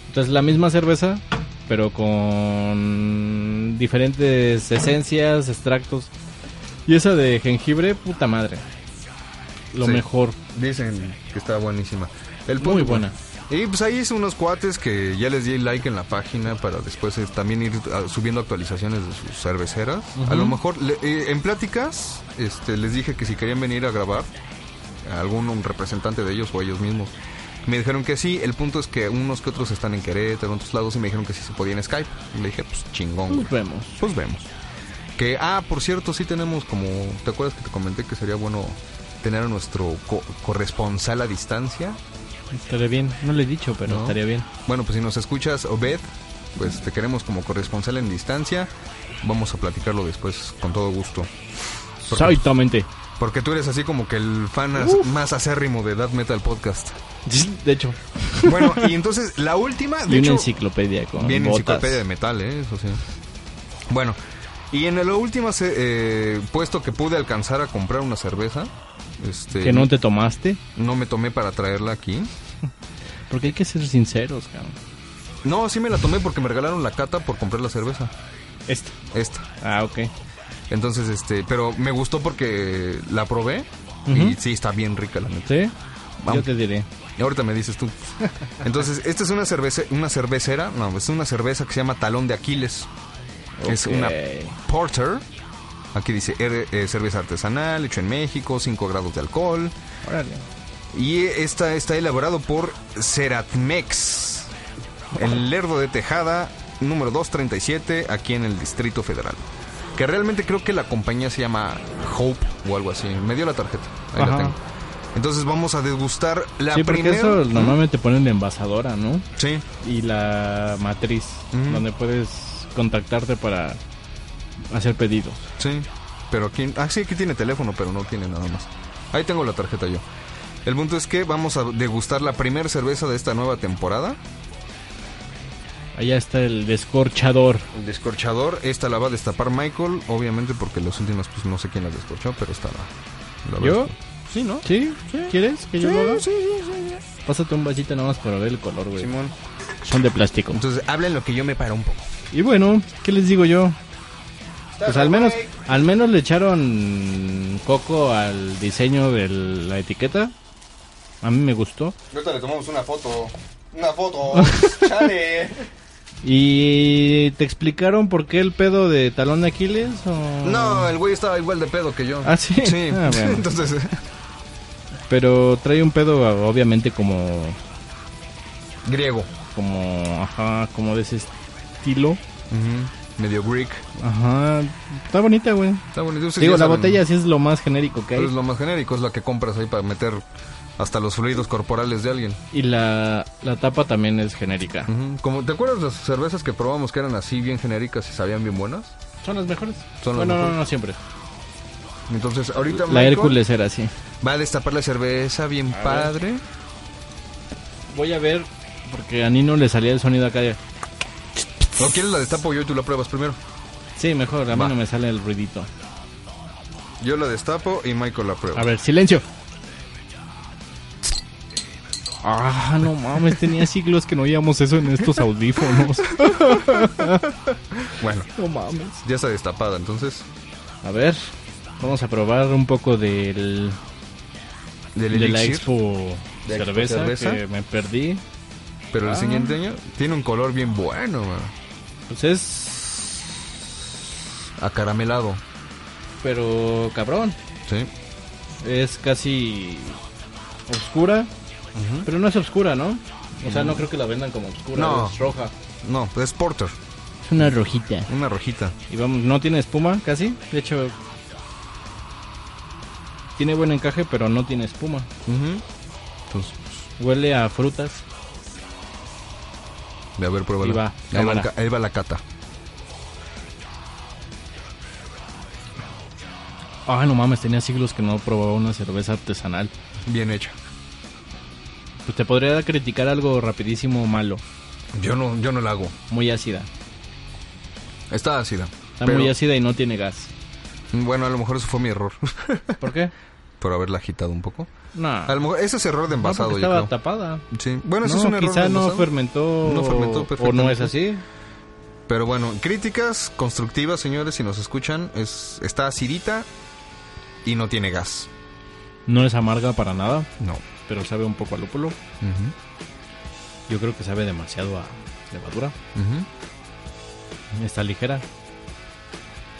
Entonces, la misma cerveza, pero con diferentes esencias, extractos. Y esa de jengibre, puta madre. Lo
Sí.
mejor.
Dicen que está buenísima. El punto,
Muy buena.
Y pues ahí hice unos cuates que ya les di like en la página para después eh, también ir ah, subiendo actualizaciones de sus cerveceras. A lo mejor le- eh, en pláticas este, les dije que si querían venir a grabar, a algún un representante de ellos o ellos mismos. Me dijeron que sí, el punto es que unos que otros están en Querétaro, en otros lados, y me dijeron que sí se podía en Skype. Y le dije, pues chingón, güey.
Nos vemos.
Pues vemos. Que, ah, por cierto, sí tenemos como. ¿Te acuerdas que te comenté que sería bueno tener a nuestro co- corresponsal a distancia?
Estaría bien. No le he dicho, pero
¿no?
estaría bien.
Bueno, pues si nos escuchas, Obed, pues te queremos como corresponsal en distancia. Vamos a platicarlo después con todo gusto. Porque,
Exactamente.
porque tú eres así como que el fan as- más acérrimo de Death Metal Podcast.
De hecho,
Bueno, y entonces la última. De
y una
hecho,
enciclopedia con
Bien
botas.
enciclopedia de metal, ¿eh? Eso sí. Bueno, y en el último se- eh, puesto que pude alcanzar a comprar una cerveza, este,
Que no te tomaste.
no me tomé para traerla aquí.
Porque hay que ser sinceros, cabrón.
No, sí me la tomé porque me regalaron la cata por comprar la cerveza.
Esta.
Esta.
Ah, ok.
Entonces, este, pero me gustó porque la probé y sí está bien rica la neta.
¿Sí? Yo
Vamos.
te diré.
Ahorita me dices tú. Entonces, esta es una cerveza, una cervecera, no, es una cerveza que se llama Talón de Aquiles. Es
Ok.
una porter. Aquí dice er- eh, cerveza artesanal, hecho en México, 5 grados de alcohol.
Órale.
Y esta está elaborado por Ceratmex, el Lerdo de Tejada, número 237, aquí en el Distrito Federal. Que realmente creo que la compañía se llama Hope o algo así. Me dio la tarjeta, ahí la
Ajá.
tengo. Entonces vamos a degustar la
Sí, porque
primera.
eso normalmente ponen la envasadora, ¿no?
Sí,
Y la matriz,
Ujú.
donde puedes contactarte para hacer pedidos.
sí. Pero aquí, ah, sí, aquí tiene teléfono, pero no tiene nada más. Ahí tengo la tarjeta yo. El punto es que vamos a degustar la primera cerveza de esta nueva temporada.
Allá está el descorchador.
El descorchador, esta la va a destapar Michael, obviamente porque las últimas pues no sé quién la descorchó, pero esta la. la
¿Yo?
verdad
Sí, ¿no? ¿Sí? ¿Quieres que yo lo haga? Sí, sí, sí. Pásate un vasito nada más para ver el color,
es que-
güey.
Simón.
Son de plástico.
Entonces, hablen lo que yo me paro un poco.
Y bueno, ¿qué les digo yo? Pues al menos, al menos le echaron coco al diseño de la etiqueta. A mí me gustó.
Ahorita le tomamos una foto. Una foto. Chale.
¿Y te explicaron por qué el pedo de talón de Aquiles? o-
No, el güey estaba igual de pedo que yo.
¿Ah, sí?
Sí.
Ah, bueno.
Entonces,
Pero trae un pedo obviamente como...
griego.
Como... Ajá, como de ese estilo.
Ujú. Medio Greek.
Ajá. Está bonita, güey.
Está bonito. Ustedes
Digo,
ya
la
saben,
botella sí es lo más genérico que hay.
pero es lo más genérico, es la que compras ahí para meter hasta los fluidos corporales de alguien.
Y la, la tapa también es genérica.
Ujú. Como, ¿Te acuerdas las cervezas que probamos que eran así bien genéricas y sabían bien buenas?
Son las mejores.
Son las
bueno,
mejores.
no, no siempre.
Entonces, ahorita
La
Michael
Hércules era así.
va a destapar la cerveza bien padre.
Voy a ver, porque a Nino le salía el sonido acá de...
¿No quieres la destapo yo y tú la pruebas primero?
Sí, mejor, a mí
Va.
no me sale el ruidito.
Yo la destapo y Michael la prueba.
A ver, silencio. Ah, no mames, tenía siglos que no oíamos eso en estos audífonos. Ah.
Bueno,
No mames.
ya está destapada, entonces.
A ver, vamos a probar un poco del...
Del
de la
elixir.
expo
De Expo
cerveza,
cerveza.
que me perdí.
Pero el siguiente año tiene un color bien bueno, man.
Pues es.
acaramelado.
Pero cabrón.
Sí.
Es casi. Oscura. Pero no es oscura, ¿no? O sea, no creo que la vendan como oscura.
No.
Es roja.
No, es porter,
Es una rojita.
una rojita.
Y vamos, no tiene espuma casi. De hecho. Tiene buen encaje, pero no tiene espuma.
Entonces,
Huele a frutas.
de haber prueba.
Ahí va,
Ahí va, el
cámara.
ca- ahí va la cata.
Ay, Ah, no mames, tenía siglos que no probaba una cerveza artesanal.
Bien hecha.
Pues te podría criticar algo rapidísimo o malo,
Yo no, yo no la hago.
muy ácida.
Está ácida.
Está
Pero-
muy ácida y no tiene gas.
Bueno, a lo mejor eso fue mi error.
¿Por qué?
Por haberla agitado un poco.
No.
A lo mejor ese es error de
Ah. No,
envasado,
porque
yo
estaba
creo.
tapada.
Sí. Bueno, ese
no,
es un error de
quizá no
envasado.
fermentó,
No fermentó
o no
perfectamente.
es así.
Pero bueno, críticas constructivas, señores, si nos escuchan, es está acidita y no tiene gas.
No es amarga para nada,
No.
pero sabe un poco a lúpulo.
Ujú,
Yo creo que sabe demasiado a levadura.
ujú.
Está ligera.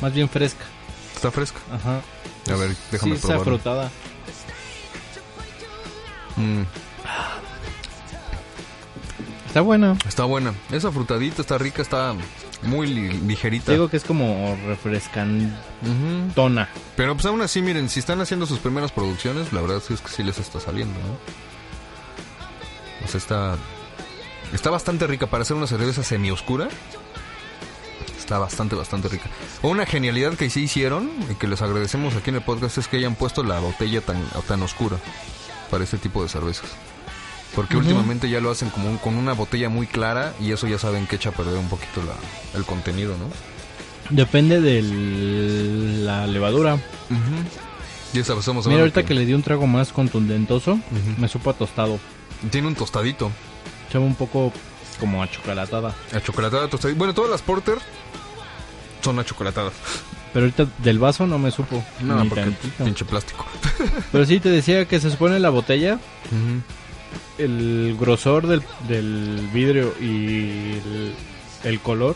Más bien fresca.
Está fresca.
Ajá.
A ver, déjame
sí, está
probarlo.
afrutada.
Mm,
Está buena.
está buena. Esa frutadita está rica, está muy li- ligerita.
Te digo que es como refrescantona.
Ujú. Pero pues aún así, miren, si están haciendo sus primeras producciones, la verdad sí es que sí les está saliendo, ¿no? O sea, está. Está bastante rica para hacer una cerveza semioscura. Está bastante, bastante rica. Una genialidad que sí hicieron y que les agradecemos aquí en el podcast es que hayan puesto la botella tan, tan oscura para este tipo de cervezas. Porque últimamente ya lo hacen como un- con una botella muy clara y eso ya saben que echa a perder un poquito la, el contenido, ¿no?
Depende de la levadura.
Y esa estamos
Mira,
hablando
ahorita que le di un trago más contundentoso, me supo a tostado.
Tiene un tostadito.
Sabe un poco como a chocolatada.
Achocolatada, tostadita. Bueno, todas las porter son achocolatadas.
Pero ahorita del vaso no me supo.
No,
ni
porque
tantito.
pinche plástico.
Pero sí, te decía que se supone la botella, el grosor del, del vidrio y el, el color,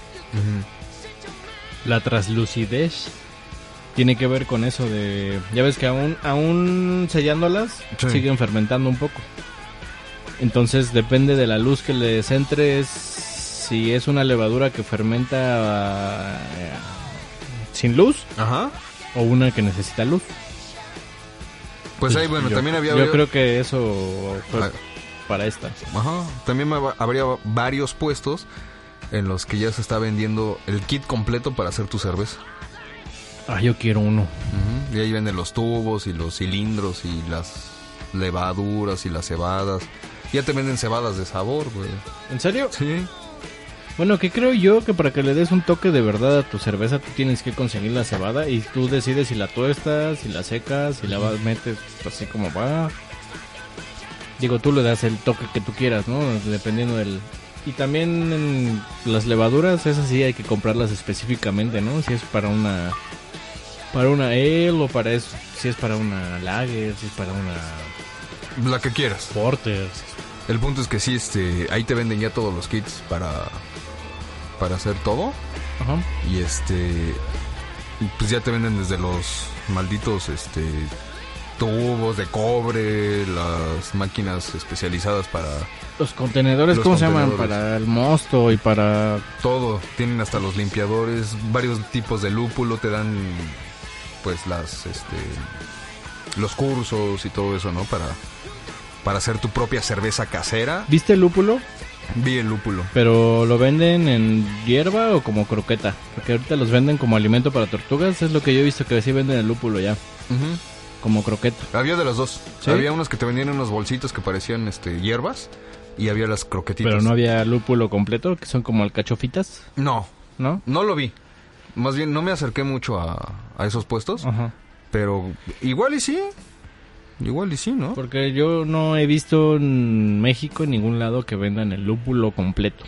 la translucidez, tiene que ver con eso de... Ya ves que aún, aún sellándolas,
Sí.
siguen fermentando un poco. Entonces depende de la luz que les entre, es, si es una levadura que fermenta eh, sin luz
Ajá.
o una que necesita luz.
Pues ahí, bueno,
Yo-
también había...
Yo creo que eso fue
Ah.
para esta.
Ajá. También hab- habría varios puestos en los que ya se está vendiendo el kit completo para hacer tu cerveza.
Ah, yo quiero uno.
Ujú. Y ahí venden los tubos y los cilindros y las levaduras y las cebadas. Ya te venden cebadas de sabor, güey.
¿En serio?
Sí.
Bueno, que creo yo que para que le des un toque de verdad a tu cerveza, tú tienes que conseguir la cebada y tú decides si la tuestas, si la secas, si la vas- metes así como va. Digo, tú le das el toque que tú quieras, ¿no? Dependiendo del... Y también en las levaduras, esas sí hay que comprarlas específicamente, ¿no? Si es para una... Para una ale o para eso. Si es para una lager, si es para una...
La que quieras.
Porters.
El punto es que sí, este, ahí te venden ya todos los kits para, para hacer todo.
Ajá.
Y este. Pues ya te venden desde los malditos este tubos de cobre, las máquinas especializadas para
Los contenedores,
Los
¿cómo se llaman?
contenedores.
Para el mosto y para...
todo. Tienen hasta los limpiadores, varios tipos de lúpulo, te dan pues las este los cursos y todo eso, ¿no? Para para hacer tu propia cerveza casera.
¿Viste el lúpulo?
Vi el lúpulo.
Pero lo venden en hierba o como croqueta. Porque ahorita los venden como alimento para tortugas. Es lo que yo he visto que sí venden el lúpulo ya. Como croqueta.
Había de las dos.
¿Sí?
Había unos que te vendían unos bolsitos que parecían este hierbas y había las croquetitas.
Pero no había lúpulo completo, que son como alcachofitas,
No,
¿no?
no lo vi. Más bien, no me acerqué mucho a, a esos puestos.
Ajá.
Pero igual y sí. Igual y sí, ¿no?
Porque yo no he visto en México en ningún lado que vendan el lúpulo completo.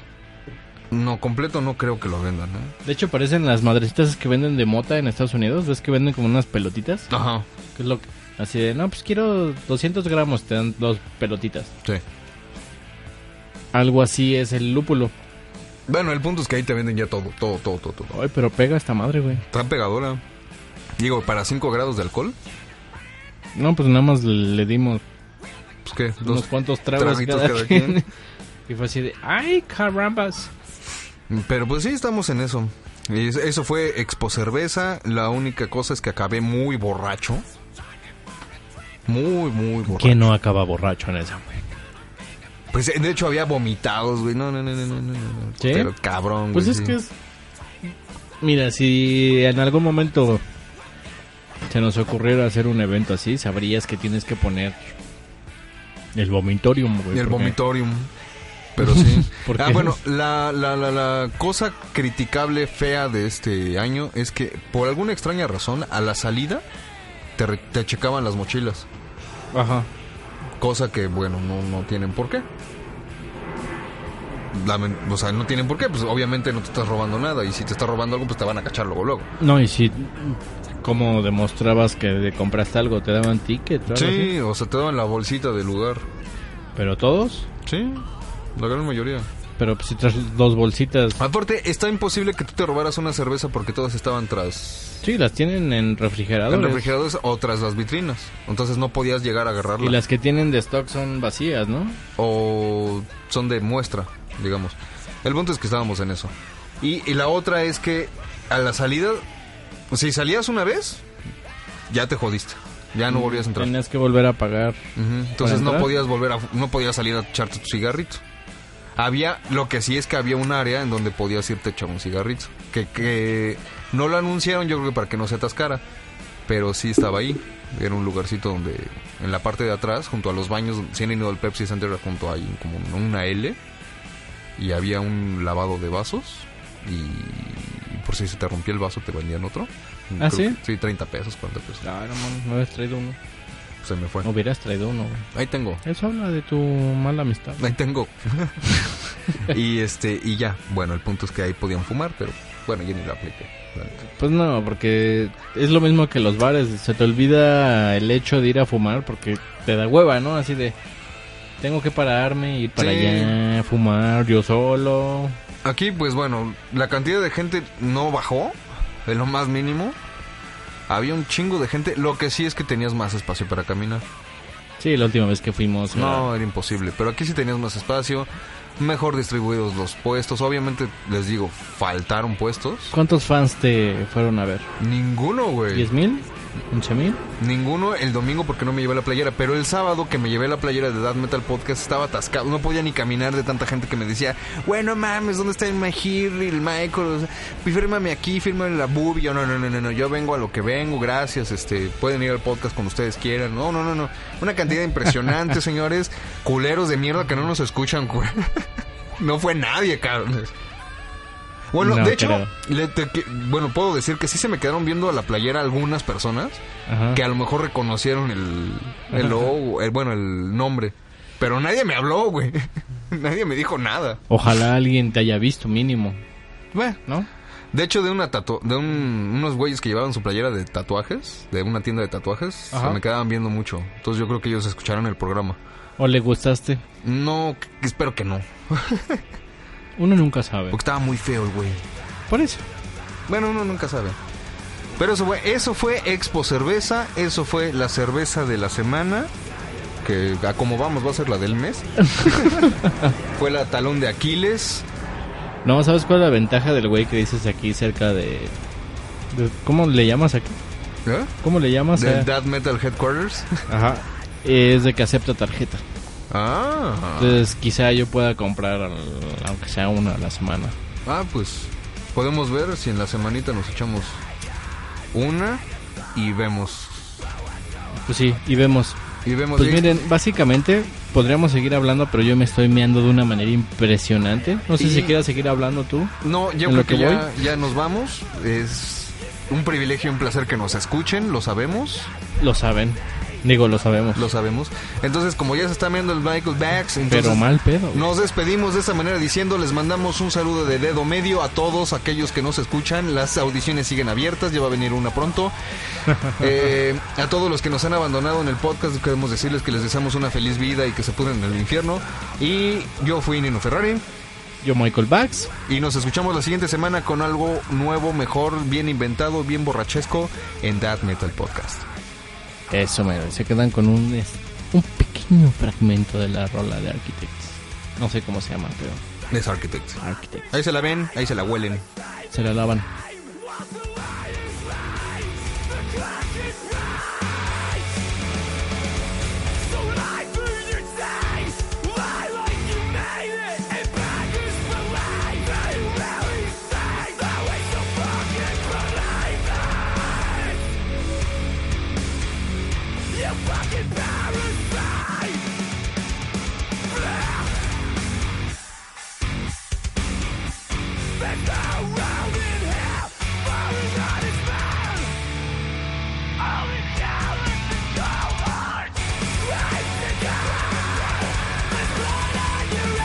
No, completo no creo que lo vendan, ¿eh?
De hecho, parecen las madrecitas que venden de mota en Estados Unidos. ¿Ves que venden como unas pelotitas?
Ajá.
Que es lo que- Así de, no, pues quiero 200 gramos, te dan dos pelotitas.
Sí.
Algo así es el lúpulo.
Bueno, el punto es que ahí te venden ya todo, todo, todo, todo. todo.
Ay, pero pega esta madre, güey.
Está pegadora. Digo, para 5 grados de alcohol,
No, pues nada más le, le dimos
pues qué,
unos
dos
cuantos tragos
traguitos
cada,
cada
quien.
quien.
Y fue así de, ay, carambas.
Pero pues sí, estamos en eso. Y es- Eso fue Expo Cerveza. La única cosa es que acabé muy borracho. Muy, muy borracho.
¿Quién no acaba borracho en esa, güey?
Pues eh, de hecho había vomitados, güey. No, no, no, no, no, no. no.
¿Sí?
Pero cabrón,
Pues
güey,
es
sí.
que es... Mira, si en algún momento se nos ocurriera hacer un evento así, sabrías que tienes que poner el vomitorium, güey.
Y el
porque-
vomitorium. Pero sí.
¿Por
ah,
qué?
bueno, la, la, la, la cosa criticable fea de este año es que por alguna extraña razón a la salida te, re- te checaban las mochilas.
Ajá.
Cosa que, bueno, no, no tienen por qué. Lamen- o sea, no tienen por qué, pues obviamente no te estás robando nada. Y si te estás robando algo, pues te van a cachar luego, luego.
No, y si... ¿Cómo demostrabas que te compraste algo? ¿Te daban ticket? o algo así?
Sí, o sea, te daban la bolsita del lugar.
¿Pero todos?
Sí, la gran mayoría.
Pero pues, si traes dos bolsitas...
Aparte, está imposible que tú te robaras una cerveza porque todas estaban tras
Sí, las tienen en
en
refrigeradores.
refrigeradores o tras las vitrinas. Entonces no podías llegar a agarrarla.
Y las que tienen de stock son vacías, ¿no?
o son de muestra, digamos. El punto es que estábamos en eso. Y, y la otra es que a la salida, si salías una vez, ya te jodiste. Ya no volvías a entrar.
Tenías que volver a pagar.
Ujú, Entonces
¿Para
no
entrar?
podías volver a, no podías salir a echarte tu cigarrito. Había, lo que sí es que había un área en donde podías irte a echar un cigarrito. Que, que no lo anunciaron, yo creo que para que no se atascara. Pero sí estaba ahí. Era un lugarcito donde, en la parte de atrás, junto a los baños, si han ido al Pepsi Center, era junto ahí, como una L. Y había un lavado de vasos. Y por si se te rompía el vaso, te vendían otro.
¿Ah,
Creo
sí?
que- Sí, 30 pesos, 40 pesos.
Claro, man, no hubieras traído uno.
Se me fue.
No hubieras traído uno, güey.
Ahí tengo.
Eso habla de tu mala amistad.
Ahí tengo. y este, y ya. Bueno, el punto es que ahí podían fumar, pero bueno, yo ni lo apliqué. la neta.
Pues no, porque es lo mismo que los bares. Se te olvida el hecho de ir a fumar porque te da hueva, ¿no? Así de. Tengo que pararme, ir para
Sí.
allá, fumar yo solo.
Aquí, pues bueno, la cantidad de gente no bajó, en lo más mínimo. Había un chingo de gente, lo que sí es que tenías más espacio para caminar.
Sí, la última vez que fuimos. era-
No, era imposible, pero aquí sí tenías más espacio, mejor distribuidos los puestos. Obviamente, les digo, faltaron puestos.
¿Cuántos fans te fueron a ver?
Ninguno, güey.
¿10 mil? ¿11 mil?
Ninguno el domingo porque no me llevé la playera, pero el sábado que me llevé la playera de Dead Metal Podcast estaba atascado, no podía ni caminar de tanta gente que me decía, bueno mames, ¿dónde está el Mahir y el Michael? O sea, pues, fírmame aquí, fírmame la boob. Y Yo, no, no, no, no, no, yo vengo a lo que vengo, gracias, este, pueden ir al podcast cuando ustedes quieran. No, no, no, no. Una cantidad impresionante, señores, culeros de mierda que no nos escuchan, güey. No fue nadie, cabrón. Bueno,
No
de hecho,
creo.
le- te- que- bueno, puedo decir que sí se me quedaron viendo a la playera algunas personas
Ajá.
que a lo mejor reconocieron el, el logo, el- bueno, el nombre. Pero nadie me habló, güey. Nadie me dijo nada.
Ojalá alguien te haya visto, mínimo,
Bueno,
¿no?
de hecho, de una tatu de un- unos güeyes que llevaban su playera de tatuajes, de una tienda de tatuajes,
Ajá.
se me quedaban viendo mucho. Entonces yo creo que ellos escucharon el programa.
¿O le gustaste?
No, c- espero que no.
Uno nunca sabe.
Porque estaba muy feo el güey.
Por eso.
Bueno, uno nunca sabe. Pero eso fue, eso fue Expo Cerveza, eso fue la cerveza de la semana, que a como vamos va a ser la del mes. fue la talón de Aquiles.
No, ¿sabes cuál es la ventaja del güey que dices aquí cerca de... de- ¿Cómo le llamas aquí?
¿eh?
¿Cómo le llamas?
Del
a-
Death Metal Headquarters.
Ajá. Es de que acepta tarjeta.
Ah,
Entonces quizá yo pueda comprar al- aunque sea una a la semana.
ah, pues podemos ver si en la semanita nos echamos una y vemos.
Pues sí, y vemos.
Y vemos
Pues
y-
miren, básicamente podríamos seguir hablando, pero yo me estoy meando de una manera impresionante. No sé
Y-
si quieras seguir hablando tú.
No,
en
yo creo
lo
que,
que
ya, ya nos vamos. Es un privilegio y un placer que nos escuchen, lo sabemos.
Lo saben. Digo, lo sabemos.
Lo sabemos. Entonces, como ya se está viendo el Michael Bax, entonces
Pero mal pedo. güey.
nos despedimos de esta manera diciendo, les mandamos un saludo de dedo medio a todos aquellos que nos escuchan. Las audiciones siguen abiertas, ya va a venir una pronto. Eh, a todos los que nos han abandonado en el podcast, queremos decirles que les deseamos una feliz vida y que se pudren en el infierno. Y yo fui Nino Ferrari.
Yo, Michael Bax.
Y nos escuchamos la siguiente semana con algo nuevo, mejor, bien inventado, bien borrachesco en That Metal Podcast.
Eso, mero. Se quedan con un, es- un pequeño fragmento de la rola de Architects. No sé cómo se llama, pero
Les Architects.
Architects.
Ahí se la ven, ahí se la huelen.
Se la lavan.
Right to God. There's blood on your